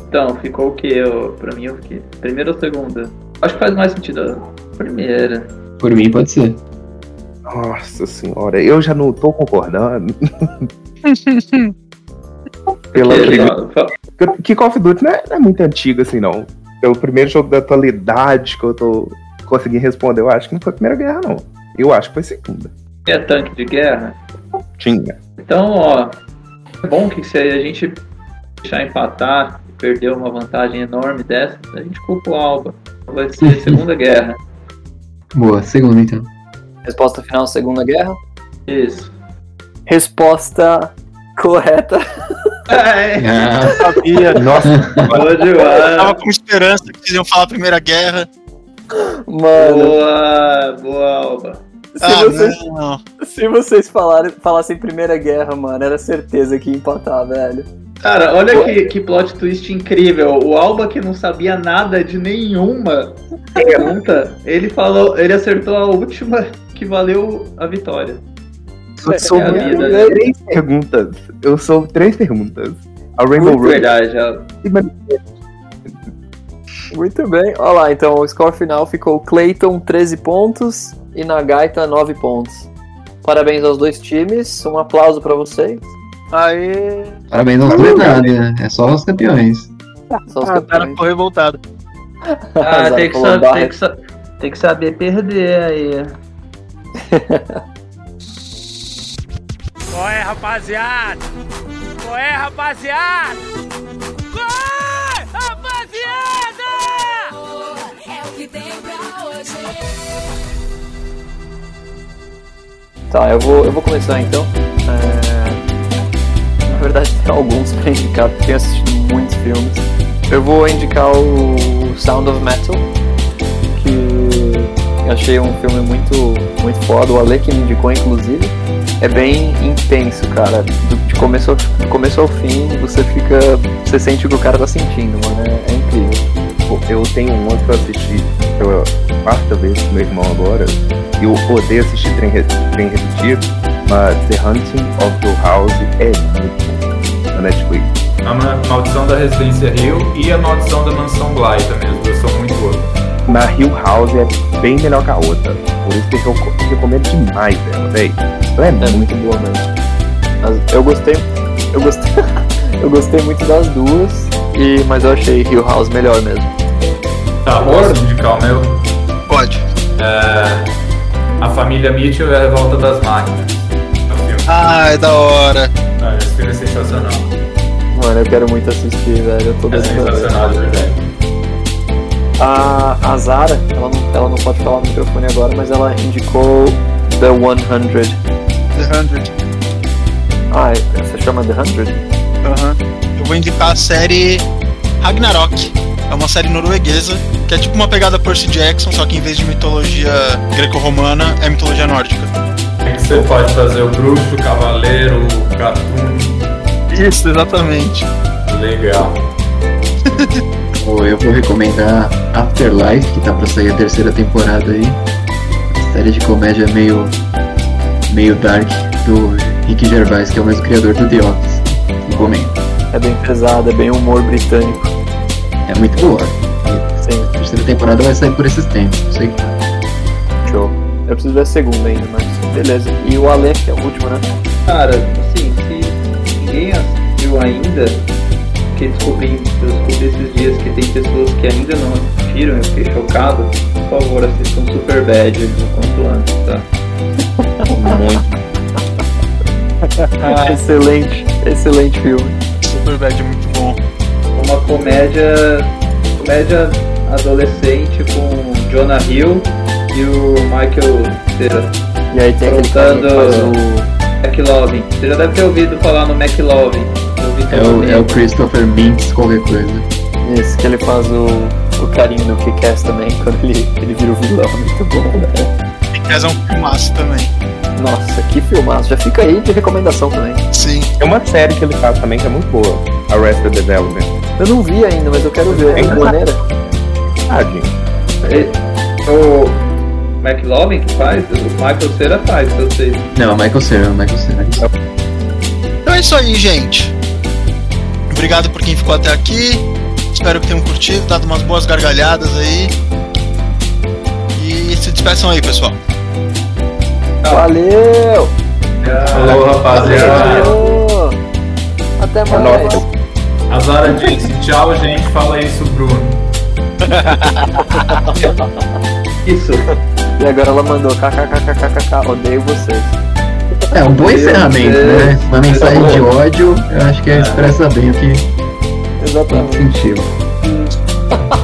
F: Então, ficou o que? Eu, pra mim, o que? Primeira ou segunda? Acho que faz mais sentido a primeira.
D: Por mim pode ser.
G: Nossa senhora, eu já não
F: (laughs)
G: tô concordando. Pela
F: Porque,
G: primeira.
F: ó, fa-
G: Que- Que Call of Duty não é, não é muito antigo assim, não. É o primeiro jogo da atualidade que eu tô conseguindo responder. Eu acho que não foi a primeira guerra, não. Eu acho que foi a segunda.
F: é tanque de guerra?
G: Tinha.
F: Então, ó, é bom que se a gente deixar empatar e perder uma vantagem enorme dessa, a gente culpa o Alba. Vai ser a Segunda Guerra.
D: Boa, segunda então.
F: (laughs)
B: Resposta final, Segunda Guerra.
F: Isso.
B: Resposta correta.
F: É,
D: Ah,
G: Sabia. Nossa,
F: (laughs) boa
A: Eu tava
F: demais.
A: com esperança que vocês iam falar a Primeira Guerra.
B: Mano,
F: Boa, boa, Alba.
B: se,
A: Ah,
B: vocês,
A: não.
B: se vocês falarem, falassem Primeira Guerra, mano, era certeza que ia empatar, velho.
F: Cara, olha que, que plot twist incrível. O Alba, que não sabia nada de nenhuma pergunta, ele falou, ele acertou a última que valeu a vitória.
G: eu sou
F: É a vida, né?
G: três perguntas. Eu sou três perguntas. A Rainbow
F: Muito
G: Road.
F: verdade,
G: (laughs)
F: Alba.
B: Muito bem. Olha lá, então o score final ficou Clayton 13 pontos e Nagaita 9 pontos. Parabéns aos dois times, um aplauso pra vocês.
H: Aê!
D: (laughs) parabéns aos dois nada. É só os campeões.
B: Só os
H: Ah, o cara
B: campeões.
H: ficou revoltado.
F: Ah,
B: Azar
F: tem que,
B: pro
F: sa-
B: Lombardi.
F: tem, que sa- tem que saber perder aí.
H: Qual é, rapaziada? Qual é, rapaziada? Qual é, rapaziada?
I: É o que tem pra hoje.
B: Tá, eu vou, eu vou começar então. É, Na verdade, tem alguns pra indicar, porque eu assisti muitos filmes. Eu vou indicar o Sound of Metal, que eu achei um filme muito, muito foda, o Ale que me indicou, inclusive. É bem intenso, cara. Do, de, começo, ao- do começo ao fim, você fica. Você sente o que o cara tá sentindo, mano. É, é incrível.
G: Pô, Eu tenho um outro que eu assisti pela quarta vez com meu irmão agora. E eu odeio assistir trem, Re- trem repetido. Mas The Hunting of the House é muito bom. Na Netflix.
E: A ma- É Maldição da Residência Rio e a Maldição da Mansão Bly também, as duas são muito boas.
G: na Hill House é bem melhor que a outra. Por isso que eu reco- recomendo demais ela, véi. Ela é
B: É
G: muito.
B: muito boa mesmo. Mas eu gostei. Eu gostei. (laughs) eu gostei muito das duas. E, mas eu achei Hill House melhor mesmo.
E: Tá, posso indicar o meu?
A: Pode.
E: É, A Família Mitchell e a Revolta das Máquinas. É o filme.
A: Ai, da hora.
E: Ah, esse filme é sensacional.
B: Mano, eu quero muito assistir, velho. Eu tô
E: É
B: doido. pra ver.
E: sensacional, de verdade.
B: A, a Zara, ela não, ela não pode falar no microfone agora, mas ela indicou The 100.
A: The 100.
B: Ah, é- você chama The 100?
A: Aham. Eu vou indicar a série Ragnarok. É uma série norueguesa que é tipo uma pegada Percy Jackson, só que em vez de mitologia greco-romana, é mitologia nórdica.
E: É que você pode fazer o bruxo, o cavaleiro, o gatuno.
A: Isso, exatamente.
E: Legal.
D: Pô, eu vou recomendar Afterlife, que tá pra sair a terceira temporada aí. Série de comédia meio. meio dark do Rick Gervais, que é o mesmo criador do The Office. Recomendo.
B: É bem pesada, é bem humor britânico.
D: É muito boa.
B: Sim,
D: A terceira temporada vai sair por esses tempos. Não sei
B: show. Eu preciso ver a segunda ainda, mas beleza. E o Ale, que é o último, né?
F: Cara, assim, se ninguém assistiu ainda, que descobri, eu descobri esses dias que tem pessoas que ainda não assistiram, eu fiquei chocado, por favor, um assistam Super Bad o quanto antes, tá?
G: Muito.
B: Excelente, excelente filme.
A: Superbad é muito bom.
F: Uma comédia. Comédia adolescente com Jonah Hill e o Michael Cera.
B: E aí tem aquele cara que faz o.
F: McLovin. Você já deve ter ouvido falar no McLovin. Eu ouvi
D: É o,
F: também.
D: é o Christopher Mintz, qualquer coisa.
B: Esse, que ele faz o. O carinho do Kickass também, (laughs) quando ele, ele vira o vilão. é Muito bom, né?
A: E Cas é um filmaço também.
B: Nossa, que filmaço. Já fica aí de recomendação também.
A: Sim.
G: É uma série que ele faz também que é muito boa. Arrested Development.
B: Eu não vi ainda, mas eu quero ver. É
G: Ainda
B: uma
G: tá-
B: maneira.
G: Tadinho.
F: E- O McLovin que faz, o Michael Cera faz, eu sei.
D: Não, Michael Cera, Michael Cera.
A: Então é isso aí, gente. Obrigado por quem ficou até aqui. Espero que tenham curtido, dado umas boas gargalhadas aí. E se despeçam aí, pessoal.
B: Valeu!
E: Falou, rapaziada.
B: Valeu! Até mais!
G: é Nossa,
E: A Zara disse: tchau, gente. Fala isso, Bruno.
F: Isso.
B: E agora ela mandou kkkkkkk, odeio vocês.
D: É um bom encerramento, né? Uma mensagem de é ódio, eu acho que expressa bem o que
B: Tá. Exatamente.
D: sentiu.